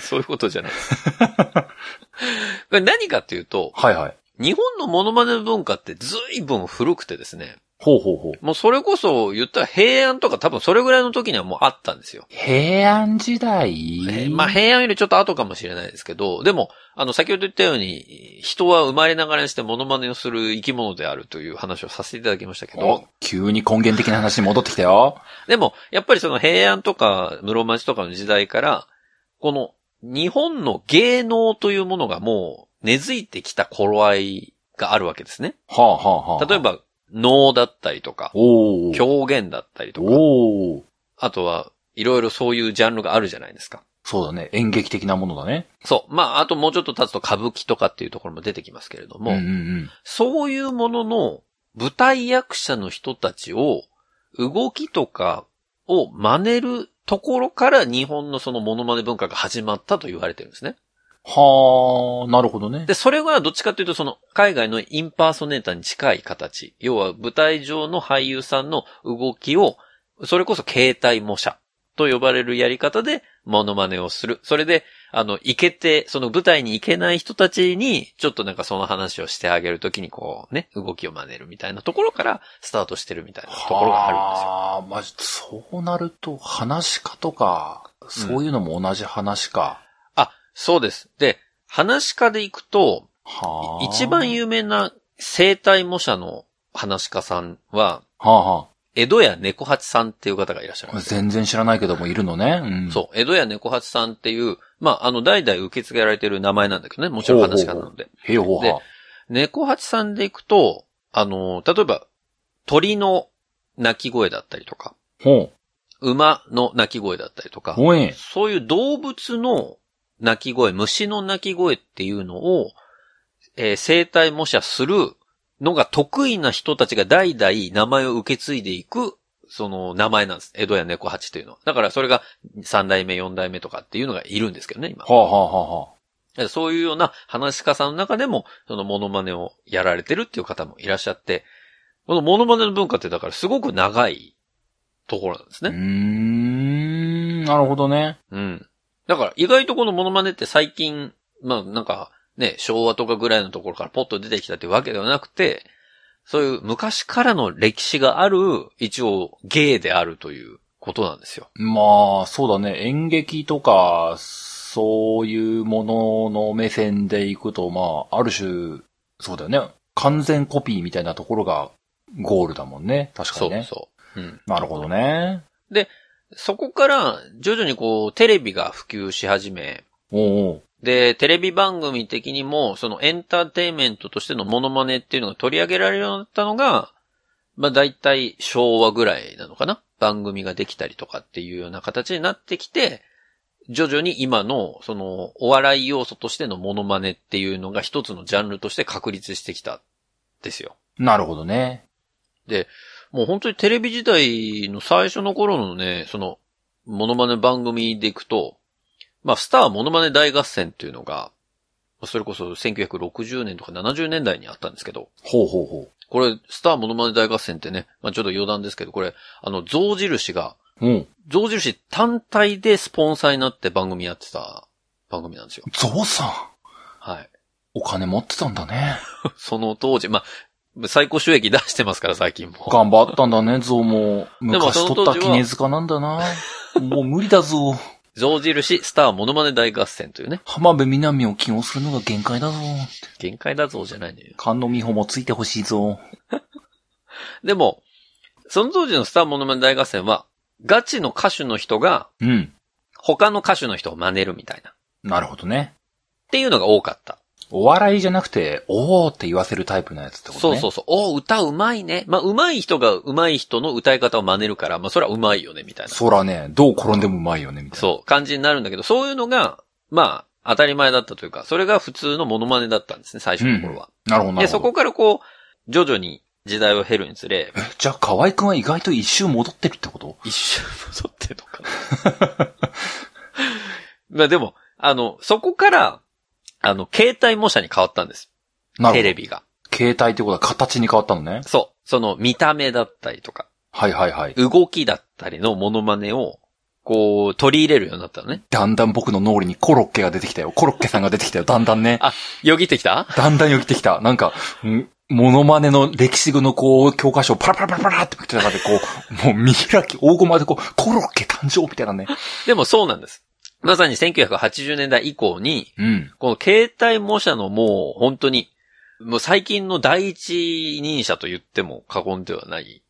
A: そういうことじゃないです。 これ何かっていうと、
B: はいはい。
A: 日本のモノマネ文化って随分古くてですね、
B: ほうほうほう。
A: もうそれこそ言ったら平安とか多分それぐらいの時にはもうあったんですよ。
B: 平安時代、
A: えーまあ平安よりちょっと後かもしれないですけど、でも、あの先ほど言ったように、人は生まれながらにしてモノマネをする生き物であるという話をさせていただきましたけど
B: お、急に根源的な話に戻ってきたよ。
A: でも、やっぱりその平安とか室町とかの時代から、この日本の芸能というものがもう根付いてきた頃合いがあるわけですね。
B: はあはあはあ。
A: 例え。ば、能だったりとか、
B: おー。
A: 狂言だったりとか、
B: おー。
A: あとはいろいろそういうジャンルがあるじゃないですか。
B: そうだね。演劇的なものだね。
A: そう。まあ、あともうちょっと経つと歌舞伎とかっていうところも出てきますけれども、
B: うんうんうん。
A: そういうものの舞台役者の人たちを動きとかを真似るところから日本のそのモノマネ文化が始まったと言われてるんですね。
B: はあ、なるほどね。
A: で、それはどっちかというとその海外のインパーソネーターに近い形。要は舞台上の俳優さんの動きを、それこそ携帯模写と呼ばれるやり方でモノマネをする。それで、あの、行けて、その舞台に行けない人たちに、ちょっとなんかその話をしてあげるときにこうね、動きを真似るみたいなところからスタートしてるみたいなところがあるんですよ。
B: はあ、まあ、そうなると、話し家とか、そういうのも同じ話か。
A: あ、そうです。で、話し家で行くと、
B: はあ。
A: 一番有名な生体模写の話し家さんは、
B: はあは
A: 江戸屋猫八さんっていう方がいらっしゃるん
B: あ。
A: です。
B: 全然知らないけども、いるのね。うん。う。
A: そう、江戸屋猫八さんっていう、まあ、あの、代々受け継がれてる名前なんだけどね、もちろん話し家なので。
B: へいほうは。
A: 猫八さんで行くと、あの、例えば、鳥の鳴き声だったりとか、
B: ほ
A: 馬の鳴き声だったりと
B: う。
A: か、
B: ほえ。
A: そういう動物の鳴き声、虫の鳴き声っていうのを、えー生体模写するのが得意な人たちが代々名前を受け継いでいく、その名前なんです。江戸や猫八というのは。だからそれが3代目、4代目とかっていうのがいるんですけどね、今
B: は。あはあはあはあ。
A: えそういうような話し家さんの中でも、そのモノマネをやられてるっていう方もいらっしゃって、このモノマネの文化ってだからすごく長いところなんですね
B: うー。ん、なるほどね。
A: うん。だから意外とこのモノマネって最近、まあなんかね、昭和とかぐらいのところからポッと出てきたってわけではなくて、そういう昔からの歴史がある、一応芸であるということなんですよ。
B: まあ、そうだね。演劇とか、そういうものの目線でいくと、まあ、ある種、そうだよね。完全コピーみたいなところがゴールだもんね。確か
A: そ
B: に
A: う
B: ね。
A: そう。うん。
B: なるほどね。
A: そこから徐々にこうテレビが普及し始め、
B: おうおう
A: で、テレビ番組的にも、そのエンターテインメントとしてのモノマネっていうのが取り上げられるようになったのが、まあ大体昭和ぐらいなのかな番組ができたりとかっていうような形になってきて、徐々に今の、その、お笑い要素としてのモノマネっていうのが一つのジャンルとして確立してきた、ですよ。
B: なるほどね。
A: もう本当にテレビ時代の最初の頃のね、その、モノマネ番組でいくと、まあ、スターモノマネ大合戦っていうのが、それこそ1960年とか70年代にあったんですけど、
B: ほうほうほ
A: これ、スターモノマネ大合戦ってね、まあ、ちょっと余談ですけど、これ、あの、象印が、
B: う。うん。
A: 象印単体でスポンサーになって番組やってた番組なんですよ。
B: ゾウさん、
A: はい。
B: お金持ってたんだね。
A: その当時、まあ、最高収益出してますから、最近も。
B: 頑張ったんだね、ゾウも。
A: でも
B: 昔
A: その
B: 取っ
A: 当時は
B: た絹塚なんだな。もう無理だぞ。
A: 象印スターモノマネ大合戦というね、
B: 浜辺美波を起用するのが限界だぞ。
A: 限界だぞじゃないのよ。
B: 菅野美穂もついてほしいぞ。
A: でも、その当時のスターモノマネ大合戦は、ガチの歌手の人が
B: うん。
A: 他の歌手の人を真似るみたいな。っ
B: なるほどね。
A: ていうのが多かった。
B: お笑いじゃなくて、おーって言わせるタイプのやつってこと
A: そう
B: ね。
A: そううそう。お歌うまいね。まあ、うまい人がうまい人の歌い方を真似るから、まあ、それはうまいよね、みたいな。
B: そらね、どう転んでもうまいよね、みたいな。
A: そう、感じになるんだけど、そういうのが、まあ、当たり前だったというか、それが普通のモノマネだったんですね、最初の頃は。
B: なるほど、な
A: で、
B: るほ
A: そ
B: ど。
A: こからこう、徐々に時代を経るにつれ、
B: じゃあ、河合くんは意外と一周戻ってるってこと
A: 一周戻ってんのかな。 まあでも、あの、そこから、あの、携帯模写に変わったんです。
B: なるほ
A: テ
B: ど。
A: レビが。
B: 携帯ってことは形に変わったのね。
A: そう。その見た目だったりとか、
B: はいはいはい。
A: 動きだったりのモノマネを、こう、取り入れるようになったのね。
B: だんだん僕の脳裏にコロッケが出てきたよ。コロッケさんが出てきたよ。だんだんね。
A: あよぎってきた
B: だんだんよぎってきた。なんか、んモノマネの歴史のこう、教科書をパラパラパラパラって見てた中でこう、もう見開き、大駒でこう、コロッケ誕生みたいなね。
A: でもそうなんです。まさに1980年代以降に、
B: うん。
A: この携帯模写のもう本当に、もう最近の第一人者と言っても過言ではない、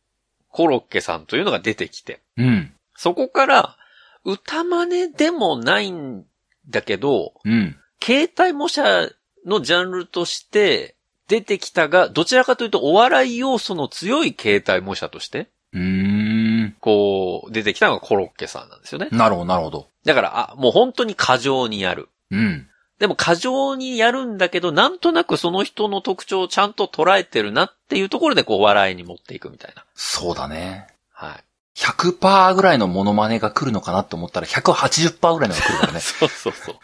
A: コロッケさんというのが出てきて、
B: うん。
A: そこから、歌真似でもないんだけど、
B: うん。
A: 携帯模写のジャンルとして出てきたが、どちらかというとお笑い要素の強い携帯模写として、
B: うーん。
A: こう、出てきたのがコロッケさんなんですよね。
B: なるほど、なるほど。
A: だから、あ、もう本当に過剰にやる。
B: うん。
A: でも過剰にやるんだけど、なんとなくその人の特徴をちゃんと捉えてるなっていうところで、こう、笑いに持っていくみたいな。
B: そうだね。
A: はい。
B: 100%ぐらいのモノマネが来るのかなって思ったら180%ぐらいのが来るからね。
A: そうそうそう。だか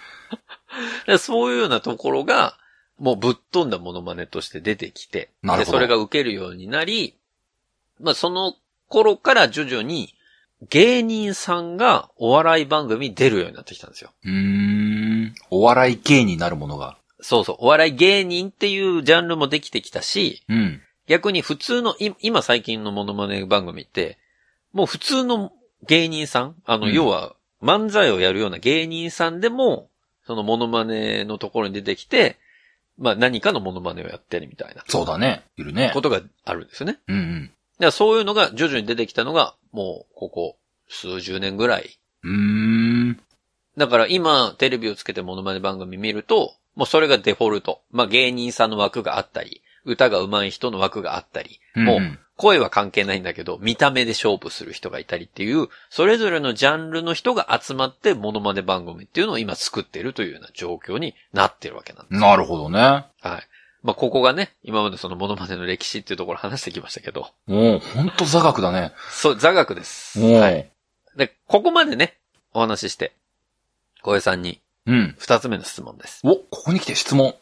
A: らそういうようなところが、もうぶっ飛んだモノマネとして出てきて、
B: なる
A: で、
B: ほど
A: それが受けるようになり、まあその頃から徐々に芸人さんがお笑い番組に出るようになってきたんですよ。
B: うーん。お笑い芸になるものが。
A: そうそう。お笑い芸人っていうジャンルもできてきたし、
B: うん。
A: 逆に普通の、い今最近のモノマネ番組って、もう普通の芸人さん、あの、
B: うん
A: 要は漫才をやるような芸人さんでも、そのモノマネのところに出てきて、まあ何かのモノマネをやってるみたいな
B: そうだね。いるね
A: こ。とがあるんですよね。だか
B: うんうん。
A: らそういうのが徐々に出てきたのが、もうここ数十年ぐらい。
B: うーん。
A: だから今テレビをつけてモノマネ番組見ると、もうそれがデフォルト。まあ芸人さんの枠があったり、歌が上手い人の枠があったり、もう
B: うん
A: 声は関係ないんだけど、見た目で勝負する人がいたりっていう、それぞれのジャンルの人が集まって、モノマネ番組っていうのを今作ってるというような状況になってるわけなんで
B: うんなるほどね。
A: す。はい。まあ、ここがね、今までそのモノマネの歴史っていうところ話してきましたけど、
B: もう、ほんと座学だね。
A: そう、座学です。
B: もう、
A: はい。で、ここまでね、お話しして、小平さんに
B: うん。
A: 二つ目の質問です。
B: お、ここに来て質問。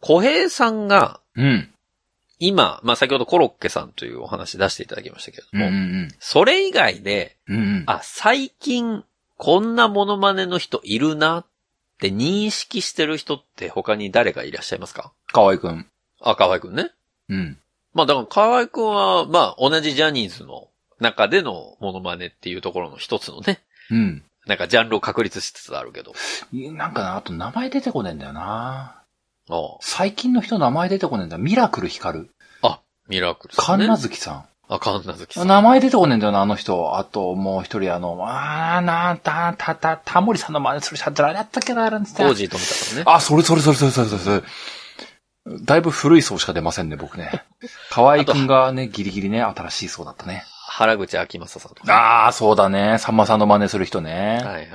A: 小平さんが、
B: うん。
A: 今、まあ、先ほどコロッケさんというお話出していただきましたけれ
B: うん
A: ども、
B: うん
A: それ以外で、
B: うん。うんうん。
A: あ、最近、こんなモノマネの人いるなって認識してる人って他に誰がいらっしゃいますか
B: 河合くん。
A: あ、河合くんね。
B: うん。
A: まあだから河合くんは、まあ同じジャニーズの中でのモノマネっていうところの一つのね、
B: うん。
A: なんかジャンルを確立しつつあるけど。
B: いなんかな、あと名前出てこねえんだよな。
A: あ
B: 最近の人名前出てこねえんだ。ミラクルヒカル。
A: ああ、ミラクルさん、
B: 神
A: ね。
B: 奈月さん。
A: あ、神奈月さん。
B: 名前出てこねえんだよな、あの人。あと、もう一人、あの、あー、なー、た、た、た、タモリさんの真似する人は誰だったっけな、あるんです
A: コー
B: ね。
A: ジーと見たからね。
B: あ、それそれそれそれそれそれそれ。だいぶ古い層しか出ませんね、僕ね。河合くんがね、ギリギリね、新しい層だったね。
A: 原口秋正さんとか。
B: ああ、そうだね。さんまさんの真似する人ね。
A: はいはい。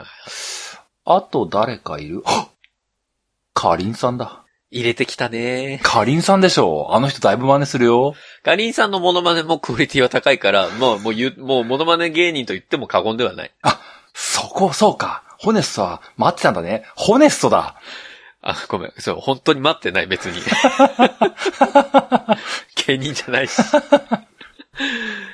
B: あと誰かいるあかりんさんだ。
A: 入れてきたね。
B: かりんさんでしょあの人だいぶ真似するよ。
A: ガリンさんのモノマネもクオリティは高いから、もう、もう言う、もうモノマネ芸人と言っても過言ではない。
B: そこ、そうか。ホネストは待ってたんだね。ホネストだ。
A: あ、ごめん。そう、本当に待ってない、 別に。芸人じゃないし。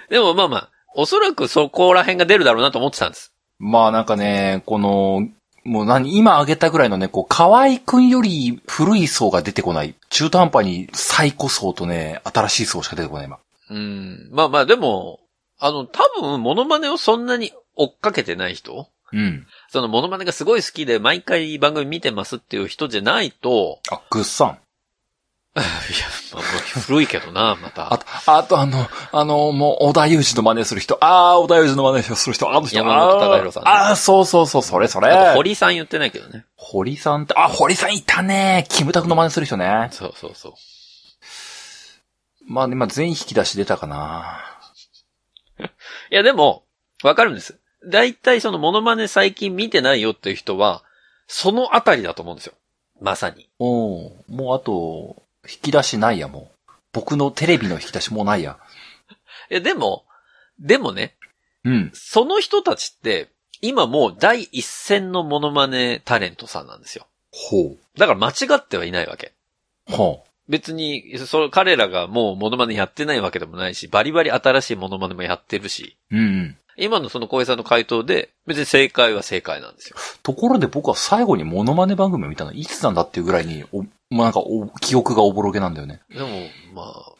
A: でもまあまあ、おそらくそこら辺が出るだろうなと思ってたんです。
B: まあなんかね、この、もう何、今挙げたぐらいのね、こう、河合くんより古い層が出てこない。中途半端に最古層とね、新しい層しか出てこない、今。
A: うん。まあまあ、でも、あの、多分、モノマネをそんなに追っかけてない人
B: うん。
A: そのモノマネがすごい好きで、毎回番組見てますっていう人じゃないと、
B: あ、ぐっさん。
A: いや、まあ、もう古いけどな、また。
B: あと、あとあの、あの、もう、小田裕二の真似する人。ああ、小田裕二の真似する人。あの人、
A: 山本
B: あー
A: 貴弘さんね
B: ああ、そうそうそう、それそれ。
A: あと、堀さん言ってないけどね。
B: 堀さんって、あ、堀さんいたね。キムタクの真似する人ね。
A: そうそうそう。
B: まあ、今全員引き出し出たかな。
A: いや、でも、わかるんです。だいたいそのモノマネ最近見てないよっていう人は、そのあたりだと思うんですよ。まさに。
B: おうもうあと、引き出しないや、もう。僕のテレビの引き出しもうないや。
A: いや、でも、でもね、
B: うん。
A: その人たちって、今もう第一線のモノマネタレントさんなんですよ。
B: ほ
A: だから間違ってはいないわけ。
B: う。ほ
A: 別に、その彼らがもうモノマネやってないわけでもないし、バリバリ新しいモノマネもやってるし、
B: う。うんうん。
A: 今のその小江さんの回答で、別に正解は正解なんですよ。
B: ところで僕は最後にモノマネ番組を見たのいつなんだっていうぐらいに、お、まあ、なんかお、記憶がおぼろげなんだよね。
A: でも、まあ、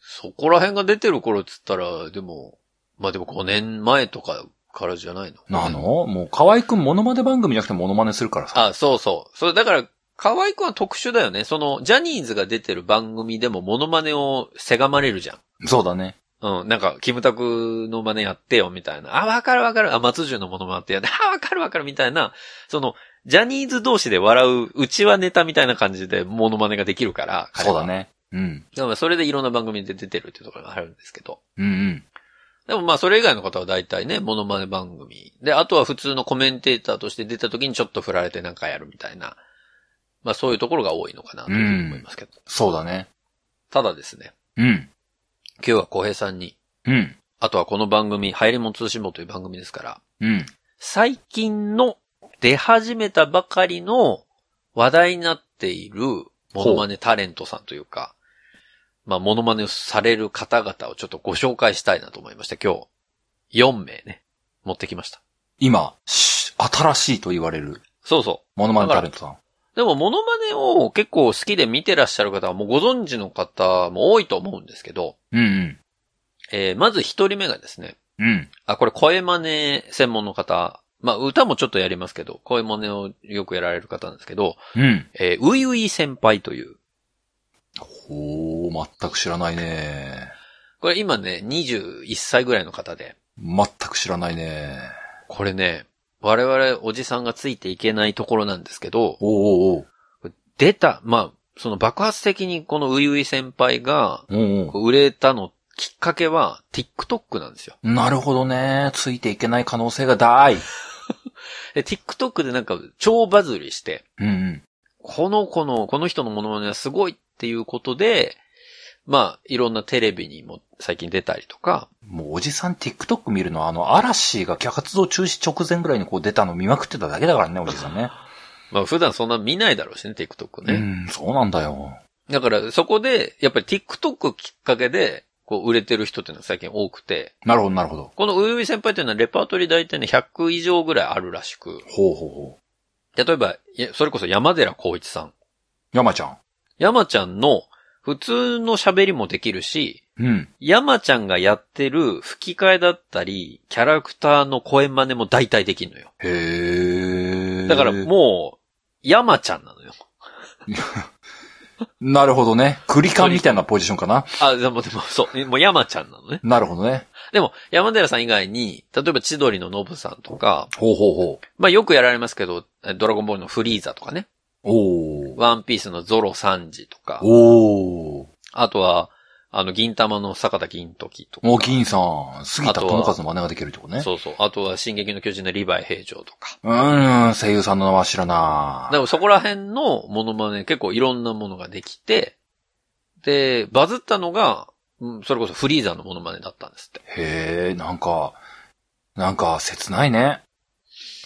A: そこら辺が出てる頃っつったら、でも、まあでも5年前とかからじゃないの
B: なのもう、河合くんモノマネ番組じゃなくてモノマネするからさ。
A: あ、そうそう。それだから、河合くんは特殊だよね。その、ジャニーズが出てる番組でもモノマネをせがまれるじゃん。
B: そうだね。
A: うん、なんか、キムタクの真似やってよ、みたいな。あ、わかるわかる。あ、松潤のものもあってやって、あ、わかるわかる、みたいな。その、ジャニーズ同士で笑う、うちはネタみたいな感じでモノマネができるから。彼
B: そう
A: は
B: だ。ね。うん。
A: だからそれでいろんな番組で出てるっていうところがあるんですけど。
B: うんうん。
A: でもまあそれ以外の方は大体ね、モノマネ番組。で、あとは普通のコメンテーターとして出た時にちょっと振られてなんかやるみたいな。まあそういうところが多いのかなというふうに思いますけど。
B: そうだね。
A: ただですね、
B: うん。
A: 今日は浩平さんに、
B: うん。
A: あとはこの番組、入りも通信もという番組ですから、
B: うん。
A: 最近の出始めたばかりの話題になっているモノマネタレントさんというか、まあモノマネをされる方々をちょっとご紹介したいなと思いまして、今日4名ね、持ってきました。
B: 今、し新しいと言われる、
A: そうそ
B: モノマネタレントさん。
A: う。でもモノマネを結構好きで見てらっしゃる方はもうご存知の方も多いと思うんですけど、
B: うん
A: えーまず一人目がですね、
B: うん。うん。
A: あ、これ声真似専門の方。まあ、歌もちょっとやりますけど、声真似をよくやられる方なんですけど、
B: うん。
A: えー、ういうい先輩という。
B: ほー、全く知らないね。
A: これ今ね、21歳ぐらいの方で。
B: 全く知らないね。
A: これね、我々おじさんがついていけないところなんですけど、
B: おーおー
A: 出た、まあ、その爆発的にこのういうい先輩が
B: おー。おーお
A: こう売れたのきっかけは TikTok なんですよ。
B: ーなるほどね。ついていけない可能性が大。
A: で、TikTok でなんか超バズりして、
B: うんうん。
A: この子の、この人のモノマネはすごいっていうことで、まあ、いろんなテレビにも最近出たりとか、
B: もうおじさん TikTok 見るのはあの、嵐が活動中止直前ぐらいにこう出たの見まくってただけだからね、おじさんね。
A: まあ普段そんな見ないだろうしね、TikTok
B: う
A: ね。
B: ん、そうなんだよ。
A: だからそこで、やっぱり TikTok きっかけで、こう売れてる人っていうのは最近多くて、
B: なるほど、なるほど。
A: このうゆい先輩っていうのはレパートリー大体ね100以上ぐらいあるらしく、
B: ほうほうほう。
A: 例えば、いやそれこそ山寺宏一さん。
B: 山ちゃ
A: 山ちゃんの普通の喋りもできるし、
B: ん。うん。
A: 山ちゃんがやってる吹き替えだったり、キャラクターの声真似も大体できるのよ。
B: へー。
A: だからもう、山ちゃんなのよ。
B: なるほどね。クリカンみたいなポジションかな。
A: あ、でもでも、そう、もう山ちゃんなのね。
B: なるほどね。
A: でも、山寺さん以外に、例えば千鳥のノブさんとか、
B: ほうほうほう。
A: まあよくやられますけど、えドラゴンボールのフリーザとかね、
B: おー。
A: ワンピースのゾロサンジとか、
B: おー。
A: あとは、あの、銀玉の坂田銀時とか。
B: お、銀さん、杉田智和の真似ができるってことね。
A: そうそう。あとは、進撃の巨人のリヴァイ平城とか。
B: うーん、声優さんの名は知らな
A: でもそこら辺のモノマネ結構いろんなものができて、で、バズったのが、うんそれこそフリーザのモノマネだったんですって。
B: い。へえ、なんか、なんか切ないね。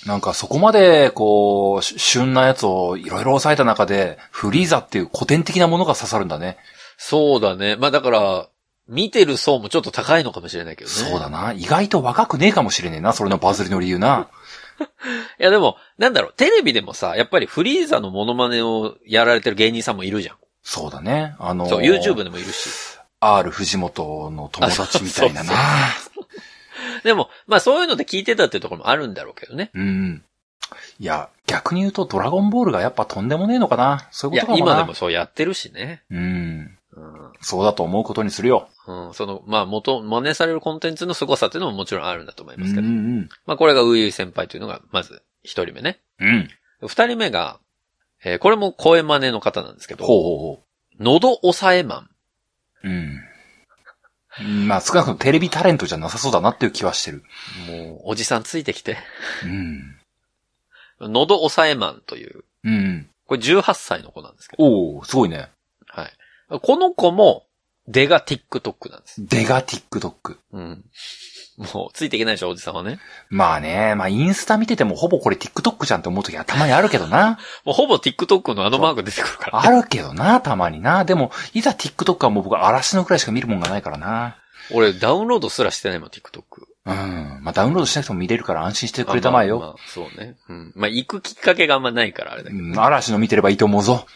B: なんかそこまで、こう、し旬なやつをいろいろ抑えた中で、フリーザっていう古典的なものが刺さるんだね。
A: そうだね。まあだから、見てる層もちょっと高いのかもしれないけどね。
B: そうだな。意外と若くねえかもしれねえな、それのバズりの理由な。
A: いやでも、なんだろう、テレビでもさ、やっぱりフリーザのモノマネをやられてる芸人さんもいるじゃん。
B: そうだね。あの、
A: そう、YouTube でもいるし。
B: R 藤本の友達みたいなな。
A: でも、まあそういうので聞いてたっていうところもあるんだろうけどね。
B: うん。いや、逆に言うとドラゴンボールがやっぱとんでもねえのかな。そう
A: い
B: いう
A: や
B: こと、かも
A: 今
B: な。
A: でもそうやってるしね。
B: うん。
A: うん。
B: そうだと思うことにするよ。
A: うん、その、まあ元、真似されるコンテンツの凄さっていうのももちろんあるんだと思いうま
B: ん
A: す
B: う
A: けど。
B: ん
A: まあこれがウイウイ先輩というのが、まず、一人目ね。
B: うん。うん。
A: 二人目が、えーこれも声真似の方なんですけ
B: ほ
A: ど、
B: うほ
A: 喉押さえマン。
B: うほう。うん。まあ少なくともテレビタレントじゃなさそうだなっていう気はしてる。
A: もう、おじさんついてきて。
B: うん。
A: 喉押さえマンという、
B: うん。
A: これ18歳の子なんですけど、
B: おおすごいね。
A: はい。この子も、出が TikTok なんです。
B: デガ TikTok。
A: うん。もう、ついていけないでしょ、おじさんはね。
B: まあね、まあインスタ見ててもほぼこれ TikTok じゃんって思うときはたまにあるけどな。
A: もうほぼ TikTok のあのマーク出てくるから、ね。
B: あるけどな、たまにな。でも、いざ TikTok はもう僕嵐のくらいしか見るもんがないからな。
A: 俺、ダウンロードすらしてないもん、TikTok。
B: うん。まあダウンロードしなくても見れるから安心してくれたまえよ。
A: あああそうね。うん。まあ、行くきっかけがあんまないから、あれだけど。
B: うん嵐の見てればいいと思うぞ。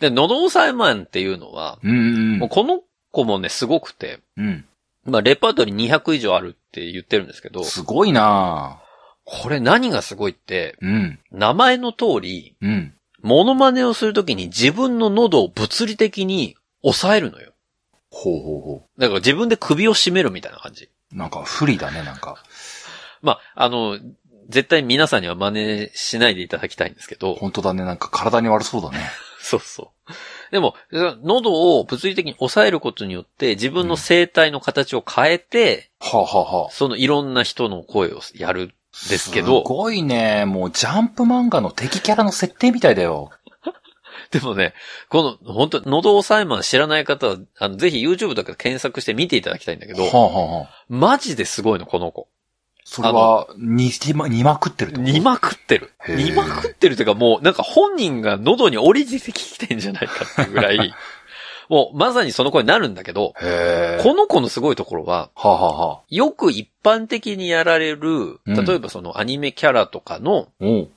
A: で、喉押さえマンっていうのは、
B: うんうん
A: もうこの子もね、すごくて、
B: うん。うん。
A: まあ、レパートリー200以上あるって言ってるんですけど、
B: すごいな
A: これ何がすごいって、
B: うん。
A: 名前の通り、
B: うん。
A: モノマネをするときに自分の喉を物理的に抑えるのよ。
B: ほうほうほ
A: だから自分で首を絞めるみたいな感じ。
B: う。なんか不利だね、なんか。
A: まあ、あの、絶対皆さんには真似しないでいただきたいんですけど、
B: 本当だね、なんか体に悪そうだね。
A: そうそう。でも、喉を物理的に抑えることによって、自分の声帯の形を変えて、
B: はあ、はあはあ、
A: そのいろんな人の声をやる。ですけど
B: すごいね。もうジャンプ漫画の敵キャラの設定みたいだよ。
A: でもね、この、本当喉押さえマン知らない方は、あの、ぜひ YouTube とか検索して見ていただきたいんだけ
B: は
A: ど、
B: あ、はあはあ、
A: マジですごいの、この子。
B: それは、に、にまくってるってこと
A: 煮まくってる。
B: へー
A: 煮まくってるというか、もう、なんか本人が喉に降りてきてんじゃないかっていうぐら い、もう、まさにその声になるんだけど、
B: へえ。
A: この子のすごいところは、
B: はあ、はあはあ、
A: よく一般的にやられる、
B: うん
A: 例えばそのアニメキャラとかの
B: おう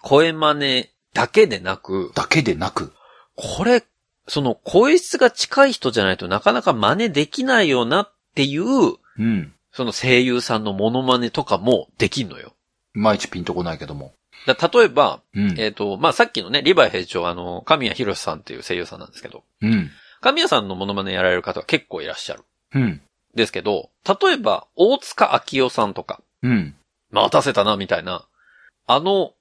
A: 声真似だけでなく、
B: だけでなく。
A: これ、その声質が近い人じゃないとなかなか真似できないよなっていう、
B: うん。
A: その声優さんのモノマネとかもできんのよ。
B: いまいちピンとこないけども。
A: だ例えば、
B: うん。
A: えっ、と、まあ、さっきのね、リヴァイ兵長、あの、神谷博さんっていう声優さんなんですけど、
B: うん。
A: 神谷さんのモノマネやられる方は結構いらっしゃる。
B: うん。
A: ですけど、例えば、大塚明夫さんとか、
B: うん。
A: 待たせたな、みたいな、あの、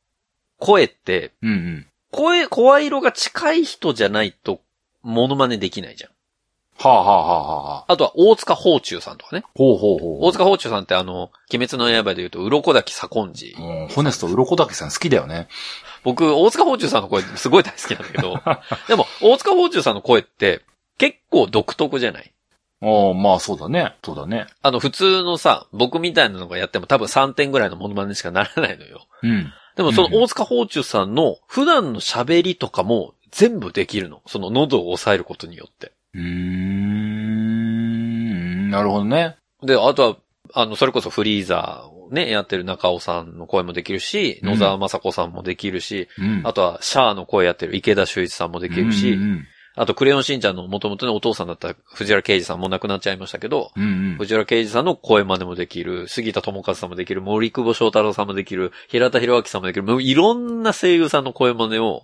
A: 声って、
B: うん。うん。
A: 声、声色が近い人じゃないと、モノマネできないじゃん。
B: はあ、はあはあはあはあ、
A: あとは、大塚宝中さんとかね。
B: ほうほうほうほう
A: 大。塚宝中さんってあの、鬼滅の刃で言うと、鱗滝左近寺。
B: もう、ホネスト鱗竹さん好きだよね。
A: 僕、大塚宝中さんの声、すごい大好きなんだけ ど、でも、大塚宝中さんの声って、結構独特じゃない
B: ああ、まあそうだね。そうだね。
A: あの、普通のさ、僕みたいなのがやっても多分3点ぐらいのモノマネしかならないのよ。
B: うん。
A: でもその大塚宝中さんの普段の喋りとかも全部できるの。その喉を抑えることによって。
B: うーん。なるほどね。
A: で、あとは、あの、それこそフリーザーをね、やってる中尾さんの声もできるし、
B: うん
A: 野沢雅子さんもできるし、
B: うん。
A: あとはシャアの声やってる池田修一さんもできるし、
B: うんうん
A: あとクレヨンしんちゃんの元々のお父さんだった藤原啓治さんも亡くなっちゃいましたけど、
B: うん。うんうん。
A: 藤原啓治さんの声真似もできる、杉田智和さんもできる、森久保翔太郎さんもできる、平田博明さんもできる、もういろんな声優さんの声真似を、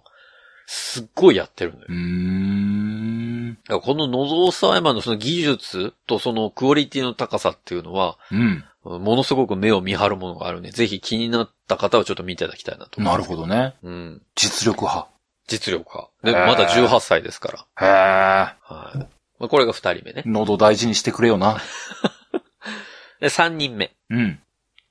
A: すっごいやってるのよ
B: うー。ん。
A: だからこの野蔵さえまのその技術とそのクオリティの高さっていうのは、
B: うん。
A: ものすごく目を見張るものがあるね。ぜひ気になった方はちょっと見ていただきたいなと思い
B: な
A: ます。
B: るほどね。
A: ど。うん。
B: 実力派。
A: 実力派。で、
B: へー
A: まだ18歳ですから。
B: へえ。
A: はい。まあこれが二人目ね。
B: 喉大事にしてくれよな。
A: で、三人目。
B: うん。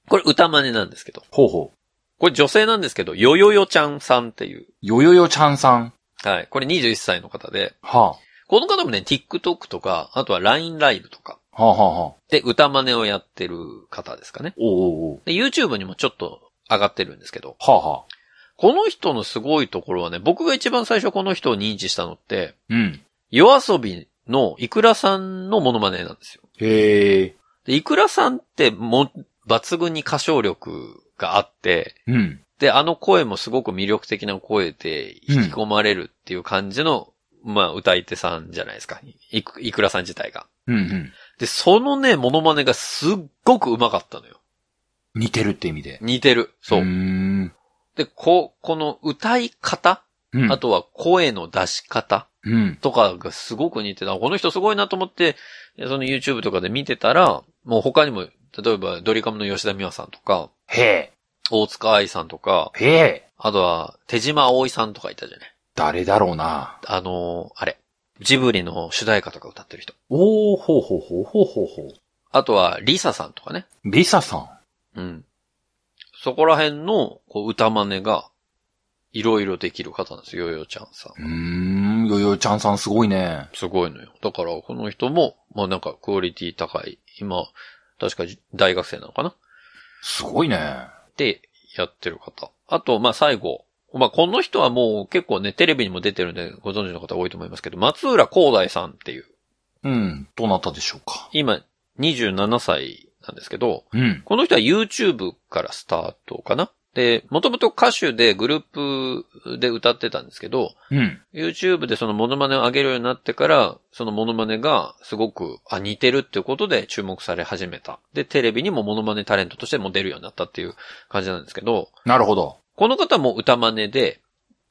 A: これ歌真似なんですけど。
B: ほうほう。
A: これ女性なんですけど、よよよちゃんさんっていう。
B: よよよちゃんさん。
A: はい。これ21歳の方で、
B: は
A: この方もね、TikTok とか、あとは LINE ライブとか、
B: あ。はあはあはあ。
A: で、歌真似をやってる方ですかね。
B: おうおうおう。
A: で、YouTube にもちょっと上がってるんですけど、
B: はあはあ。
A: この人のすごいところはね、僕が一番最初この人を認知したのって、
B: うん。
A: 夜遊びのイクラさんのモノマネなんですよ。
B: へえ。
A: で、イクラさんっても、抜群に歌唱力があって、
B: うん。
A: で、あの声もすごく魅力的な声で引き込まれるっていう感じの、まあ、歌い手さんじゃないですか。いく、いくらさん自体が。
B: うんうん。
A: で、そのね、モノマネがすっごく上手かったのよ。
B: 似てるって意味で。
A: 似てる。そう。
B: うーん。
A: で、こ、この歌い方、
B: うん。
A: あとは声の出し方
B: うん。
A: とかがすごく似てた。あこの人すごいなと思って、その YouTube とかで見てたら、もう他にも、例えばドリカムの吉田美和さんとか、
B: へえ。
A: 大塚愛さんとか、
B: へえ。
A: あとは手島葵さんとかいたじゃない。
B: 誰だろうな。
A: あのーあれ。ジブリの主題歌とか歌ってる人。
B: おー、ほうほうほうほうほうほう。
A: あとは、リサさんとかね。
B: リサさん。
A: うん。そこら辺の、こう、歌真似が、いろいろできる方なんですよ、ヨヨちゃんさん。
B: うーん、よよちゃんさんすごいね。
A: すごいのよ。だから、この人も、まあなんか、クオリティ高い。今、確かじ大学生なのかな
B: すごいね。
A: で、やってる方。あと、まあ最後。まあこの人はもう結構ね、テレビにも出てるんで、ご存知の方多いと思いますけど、松浦光大さんっていう、
B: うん、どなたでしょうか。
A: 今、27歳なんですけど、
B: うん。
A: この人は YouTube からスタートかなで、もともと歌手でグループで歌ってたんですけど、
B: うん。
A: YouTube でそのモノマネを上げるようになってから、そのモノマネがすごく、あ、似てるっていうことで注目され始めた。で、テレビにもモノマネタレントとしても出るようになったっていう感じなんですけど、
B: なるほど。
A: この方も歌真似で、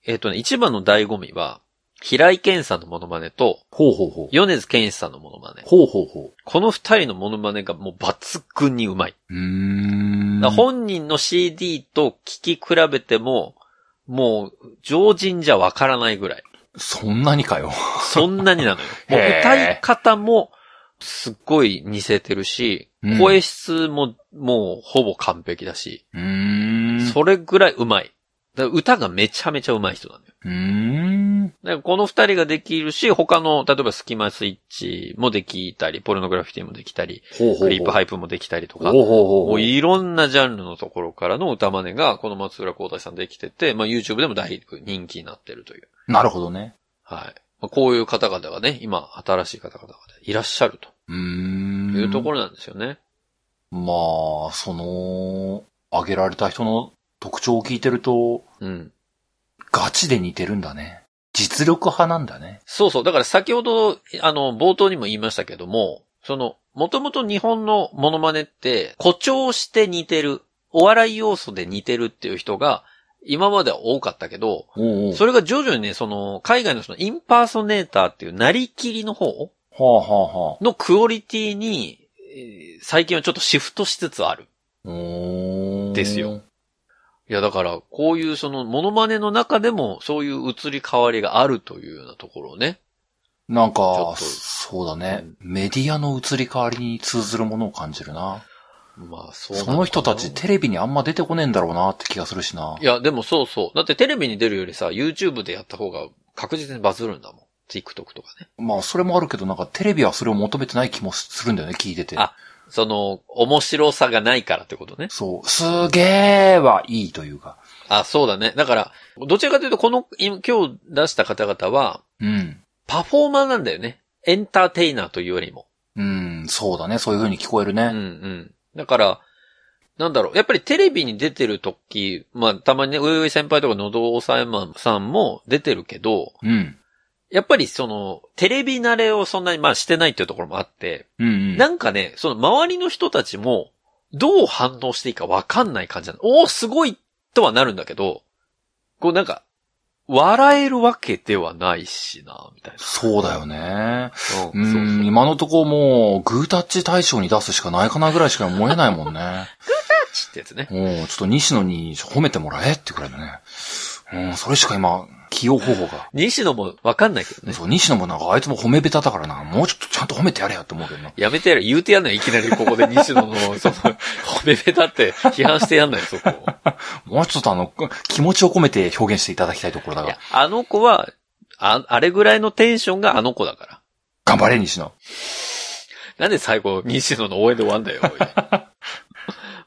A: えっ、とね、一番の醍醐味は、平井堅さんのモノマネと、
B: ほうほうほう。
A: 米津玄師さんのモノマネ。
B: ほうほうほ
A: この二人のモノマネがもう抜群にうまい。
B: う。うーん。
A: だから本人の CD と聞き比べても、もう、常人じゃわからないぐらい。
B: そんなにかよ。
A: そんなにな のよ。もう
B: へー
A: 歌い方も、すっごい似せてるし
B: うん、
A: 声質も、もうほぼ完璧だし、
B: うーん。
A: それぐらいうまい。だから歌がめちゃめちゃうまい人なのよ。
B: うーん。
A: だからこの二人ができるし、他の、例えばスキマスイッチもできたり、ポルノグラフィティもできたり、
B: ほうほうほう。
A: クリップハ
B: イ
A: イプもできたりと
B: ほう
A: か、
B: ほうほう。
A: もういろんなジャンルのところからの歌真似が、この松浦光大さんできてて、まあ YouTube でもだいぶ人気になってるという。
B: なるほどね。
A: はい。まあ、こういう方々がね、今、新しい方々がいらっしゃる
B: う
A: と
B: ーん。
A: いうところなんですよね。
B: まあ、その、挙げられた人の特徴を聞いてると、
A: うん。
B: ガチで似てるんだね。実力派なんだね。
A: そうそう。だから先ほど、あの、冒頭にも言いましたけども、その、もともと日本のモノマネって、誇張して似てる、お笑い要素で似てるっていう人が、今までは多かったけど、
B: おうおう
A: それが徐々にね、その、海外のその、インパーソネーターっていう、なりきりの方
B: はあはあはあ。
A: のクオリティに、えー最近はちょっとシフトしつつある。
B: うーん
A: ですよ。いや、だから、こういうその、モノマネの中でも、そういう移り変わりがあるというようなところをね。
B: なん
A: ちょ
B: か
A: っ、と
B: そうだね。メディアの移り変わりに通ずるものを感じるな。
A: まあ、そうな
B: そ
A: かな
B: の人たちテレビにあんま出てこねえんだろうなって気がするしな。
A: いや、でもそうそう。だってテレビに出るよりさ、YouTube でやった方が確実にバズるんだもん。TikTok とかね。
B: まあ、それもあるけど、なんかテレビはそれを求めてない気もするんだよね、聞いてて。
A: あその、面白さがないからってことね。
B: そう。すげーはいいというか。
A: あ、そうだね。だから、どちらかというと、この、今今日出した方々は、
B: うん。
A: パフォーマーなんだよね。エンターテイナーというよりも。
B: うん、そうだね。そういう風に聞こえる
A: うんう
B: ね。
A: ん。だから、なんだろう。やっぱりテレビに出てる時、まあ、たまにね、ういうい先輩とかのどおさえまんさんも出てるけど、
B: うん。
A: やっぱりその、テレビ慣れをそんなに、まあ、してないっていうところもあって、
B: うん、うん。
A: なんかね、その周りの人たちも、どう反応していいかわかんない感じなの。おーすごいとはなるんだけど、こうなんか、笑えるわけではないしな、みたいな。
B: そうだよね。う
A: うん、そ
B: ん、
A: う
B: 今のとこもう、グータッチ対象に出すしかないかなぐらいしか思えないもんね。
A: そう。ってやつね。
B: もう、ちょっと西野に褒めてもらえってくらいだね。うん、それしか今、起用方法が。
A: 西野もわかんないけどね。
B: そう、西野もなんか、あいつも褒め下手だからな、もうちょっとちゃんと褒めてやれよって思うけどな。
A: やめてやる。言うてやんない。いきなりここ で西野の、その、褒めべたって批判してやんない、 そこ。
B: もうちょっとあの、気持ちを込めて表現していただきたいところだ
A: い
B: が
A: や、、あの子は、あ、あれぐらいのテンションがあの子だから。
B: 頑張れ、西野。
A: なんで最後、西野の応援で終わんだよ。 おい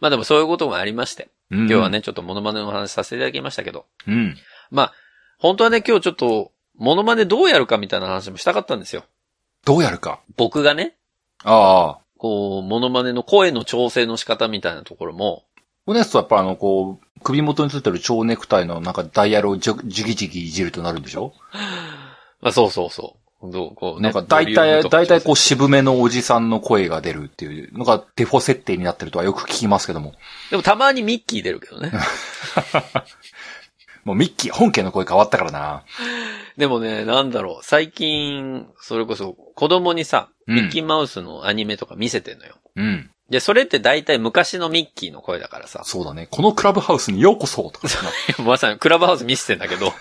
A: まあでもそういうこともありまして。
B: うん
A: 今日は。ね、ちょっとモノマネの話させていただきましたけど。
B: うん。
A: まあ、本当はね、今日ちょっと、モノマネどうやるかみたいな話もしたかったんですよ。
B: どうやるか。
A: 僕がね、
B: ああ。
A: こう、モノマネの声の調整の仕方みたいなところも、
B: ウネストはやっぱあの、こう、首元についてる蝶ネクタイのなんかダイヤルをじゅじゅぎじぎいじるとなるんでしょ
A: まあそうそうそう。どうこうね。
B: なんか大
A: ボリューム
B: 体、
A: とか
B: 大体
A: 調
B: こう渋めのおじさんの声が出るっていうのがデフォ設定になってるとはよく聞きますけども。
A: 整でもたまにミッキー出るけどね。
B: もうミッキー本家の声変わったからな。
A: でもね、なんだろう、最近、それこそ、子供にさ、
B: うん
A: ミッキーマウスのアニメとか見せてんのよ。
B: うん。
A: で、それって大体昔のミッキーの声だから さ、
B: そうだね。このクラブハウスにようこそとかさ
A: まさにクラブハウス見せてんだけ ど、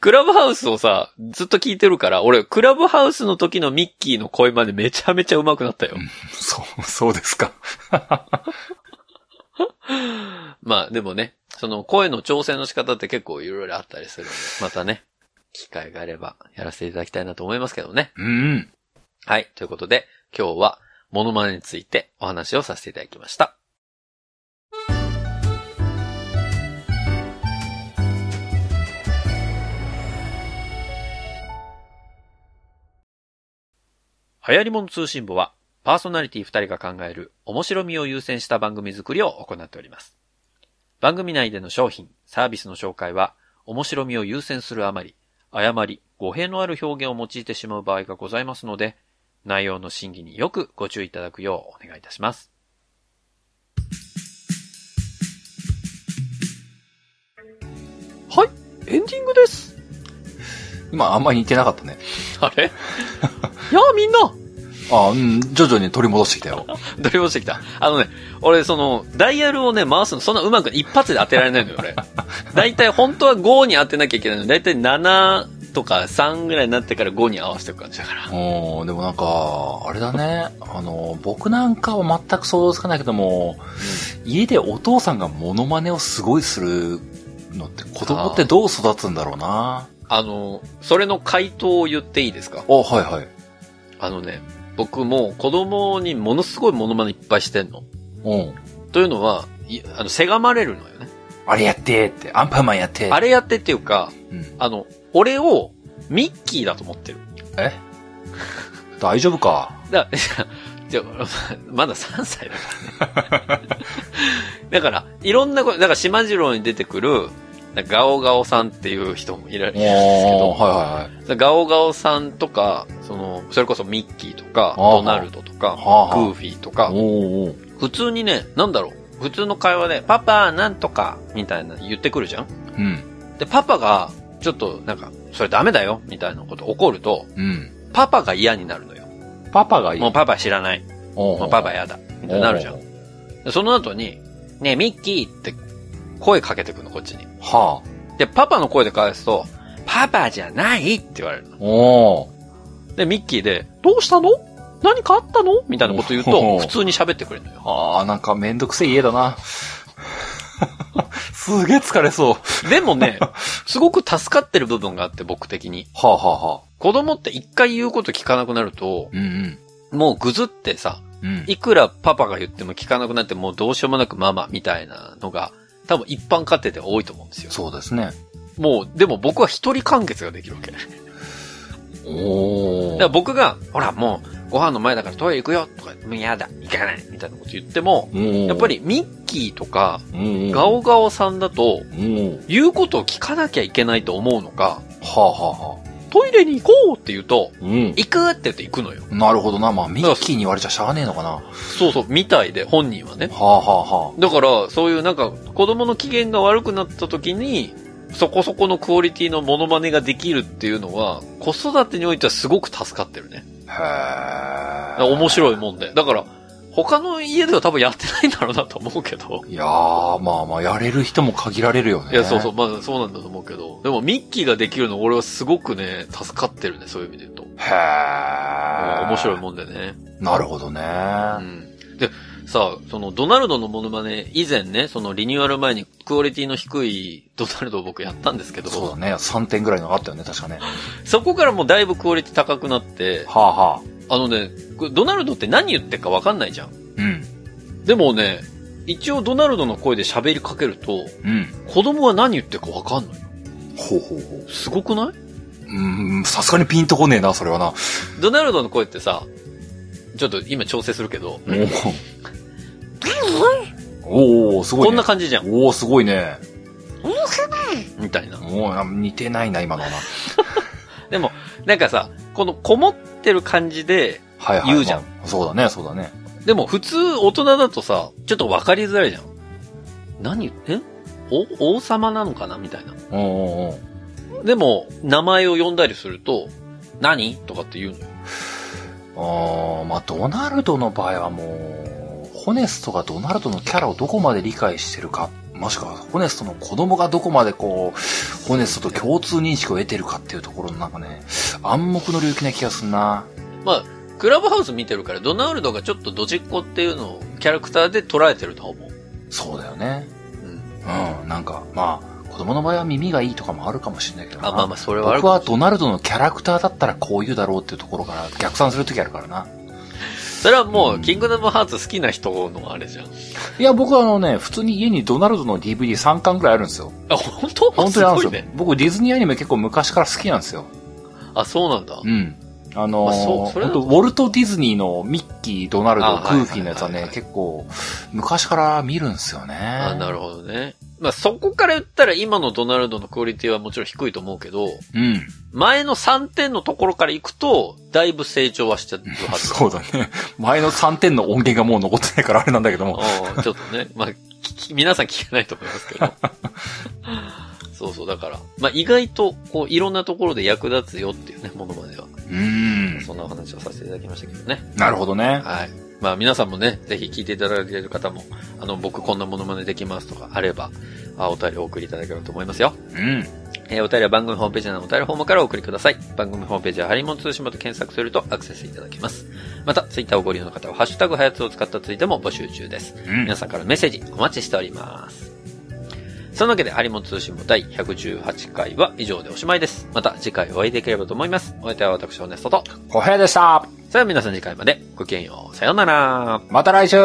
A: クラブハウスをさ、ずっと聞いてるから、俺、クラブハウスの時のミッキーの声までめちゃめちゃ上手くなったよ。
B: そう、そうですか。
A: まあ、でもね、その声の調整の仕方って結構いろいろあったりするんで、またね、機会があればやらせていただきたいなと思いますけどね。
B: うん。
A: はい。ということで、今日は、モノマネについてお話をさせていただきました。流行り物通信簿は、パーソナリティ2人が考える面白みを優先した番組作りを行っております。番組内での商品、サービスの紹介は、面白みを優先するあまり、誤り、語弊のある表現を用いてしまう場合がございますので、内容の審議によくご注意いただくようお願いいたします。はい、エンディングです。
B: 今あんまり似てなかったね。
A: あ れいやあ、みんな
B: あうん、徐々に取り戻してき たよ。
A: 取り戻してきた。あのね、俺、その、ダイヤルをね、回すの、そんなうまく一発で当てられないのよ、俺。だいたい、本当は5に当てなきゃいけないのに、だいたい7とか3ぐらいになってから5に合わせていく感じだから。
B: おーでもなんか、あれだね。あの、僕なんかは全く想像つかないけども、家でお父さんがモノマネをすごいするのって、子供ってどう育つんだろうな。
A: あの、それの回答を言っていいですか
B: あ、はいはい。
A: あのね、僕もう子供にものすごいモノマネいっぱいしてんの。
B: うん。
A: というのは、いあの、せがまれるのよね。
B: あれやってって、アンパンマンやって。
A: あれやってっていうか、
B: うん
A: あの、俺をミッキーだと思ってる。
B: え大丈夫か
A: だ、じゃあ、 まだ3歳だ からね。だから、いろんなこと、だから島次郎に出てくる、なんかガオガオさんっていう人もいらいるん
B: お
A: ですけど、
B: ーはいはいはい。
A: ガオガオさんとか、その、それこそミッキーとか、
B: あー
A: ドナルドとか、グ
B: はあはあ
A: ーフィーとか、
B: おーおー
A: 普通にね、なんだろう、普通の会話で、パパ、なんとか、みたいな言ってくるじゃん
B: うん。
A: で、パパが、ちょっと、なんか、それダメだよ、みたいなこと怒ると、
B: うん。
A: パパが嫌になるのよ。
B: パパがいい。
A: もうパパ知らない。
B: おー
A: もうパパやだ。みたいになるじゃん
B: お。ー
A: でその後に、ねえ、ミッキーって声かけてくの、こっちに。
B: はあ。
A: で、パパの声で返すと、パパじゃないって言われるの。
B: おー
A: で、ミッキーで、どうしたの何かあったのみたいなこと言う
B: お
A: と、
B: ー
A: 普通に喋ってくれるのよ。
B: ああ、なんかめんどくせえ家だな。 すげえ疲れそう。は
A: でも ね、すごく助かってる部分があって、僕的に。
B: あ、はあはあ、
A: 子供って一回言うこと聞かなくなると、
B: うん
A: もうぐずってさ、
B: うん。うん。
A: いくらパパが言っても聞かなくなってもうどうしようもなくママみたいなのが、多分一般家庭では多いと思うんですよ。
B: そうですね。
A: もう、でも僕は一人完結ができるわけ。だか
B: お
A: ら
B: ー。
A: 僕が、ほらもう、ご飯の前だからトイレ行くよとか、もうやだ、行かないみたいなこと言っても、やっぱりミッキーとか、
B: り
A: ガオガオさんだと、
B: おー。
A: 言うことを聞かなきゃいけないと思うのか、
B: はあはあはあ。
A: トイレに行こうって言うと、
B: うん。
A: 行くって言って行くのよ。
B: なるほどな。まあ、ミッキーに言われちゃしゃあねえのかな。は
A: そうそう、みたいで、本人はね。
B: あはあは
A: だから、そういうなんか、子供の機嫌が悪くなった時に、そこそこのクオリティのモノマネができるっていうのは、子育てにおいてはすごく助かってるね。
B: あ。へえ。
A: 面白いもんで。だから、他の家では多分やってないんだろうなと思うけど。
B: いやー、まあまあ、やれる人も限られるよね。
A: いや、そうそう、。まあそうなんだと思うけど。でもミッキーができるの俺はすごくね、助かってるね、そういう意味で言うと。
B: へー。
A: 面白いもんでね。
B: なるほどね。
A: うん。で、さあ、そのドナルドのモノマネ、以前ね、そのリニューアル前にクオリティの低いドナルドを僕やったんですけど、
B: そうだね。3点ぐらいのがあったよね、確かね。
A: そこからもうだいぶクオリティ高くなって、
B: はあはあ。
A: あのね、これドナルドって何言ってるかわかんないじゃん。
B: うん。
A: でもね、一応ドナルドの声で喋りかけると、
B: うん。
A: 子供は何言ってるかわかんない。
B: ほうほうほう。
A: すごくな
B: うん、さすがにピンとこねえな、それはな。
A: いドナルドの声ってさ、ちょっと今調整するけど、
B: おおすごい、ね。
A: こんな感じじゃん。
B: おおすごいね。
A: みたいな。
B: もう、あ似てないな、今のはな。
A: でも、なんかさ、このこもってる感じで、
B: はいはい。
A: 言うじゃん
B: まあそうだね、そうだね。
A: でも普通大人だとさ、ちょっとわかりづらいじゃん。何えお、王様なのかなみたいな。
B: おおお
A: でも、名前を呼んだりすると、何とかって言うのよ。
B: あーまあ、ドナルドの場合はもう、ホネストがドナルドのキャラをどこまで理解してるか、もしくはホネストの子供がどこまでこう、ホネストと共通認識を得てるかっていうところのなんかね、暗黙の領域な気がすんな。
A: まあ、クラブハウス見てるから、ドナルドがちょっとドジっ子っていうのをキャラクターで捉えてるとは思う。
B: そうだよね。
A: うん。
B: うん、なんか、まあ、子供の場合は耳がいいとかもあるかもしれないけどな。
A: あ、まあまあ、それはある
B: 僕
A: か
B: は
A: もし
B: ドナルドのキャラクターだったらこう言うだろうっていうところから逆算するときあるからな。
A: それはも
B: う
A: う、
B: ん
A: キングダムハーツ好きな人のあれじゃん。
B: いや、僕はあのね、普通に家にドナルドの DVD3 巻くらいあるんですよ。
A: あ、本当
B: 本当にあるん
A: すごい
B: ですよ。
A: ね。
B: 僕、ディズニーアニメ結構昔から好きなんですよ。
A: あ、そうなんだ
B: う。ん。あのー
A: まあそうそれ
B: 本
A: だと
B: 当ウォルト・ディズニーのミッキー、ドナルド、
A: あ
B: グーフィーのやつは
A: はい
B: ね
A: は、い
B: 結構、昔から見るんですよね。
A: あ、なるほどね。まあ、そこから言ったら今のドナルドのクオリティはもちろん低いと思うけど、
B: うん。
A: 前の3点のところから行くと、だいぶ成長はしちゃってる はず。
B: そうだね。前の3点の音源がもう残ってないからあれなんだけども。
A: うんちょっとね、 まあ、聞き皆さん聞けないと思いますけど。そうそう、だから、まあ意外と、こう、いろんなところで役立つよっていうね、ものまでは。
B: うん。
A: そんなお話をさせていただきましたけどね。
B: なるほどね。
A: はい。まあ皆さんもね、ぜひ聞いていただいている方も、あの、僕こんなものまねできますとかあれば、あお便りお送りいただければと思いますよ。
B: うん。
A: えーお便りは番組ホームページのお便りフォームからお送りください。番組ホームページはハリモン通信簿と検索するとアクセスいただけます。また、ツイッターをご利用の方は、ハッシュタグハヤツを使ったツイートも募集中です。
B: うん
A: 皆。さんからのメッセージお待ちしております。そんなわけで、ハリモン通信簿第118回は以上でおしまいです。また次回お会いできればと思います。お相手は私、オネストと。
B: 小平でした。
A: それでは皆さん次回までごきげんよう。さようなら。
B: また来週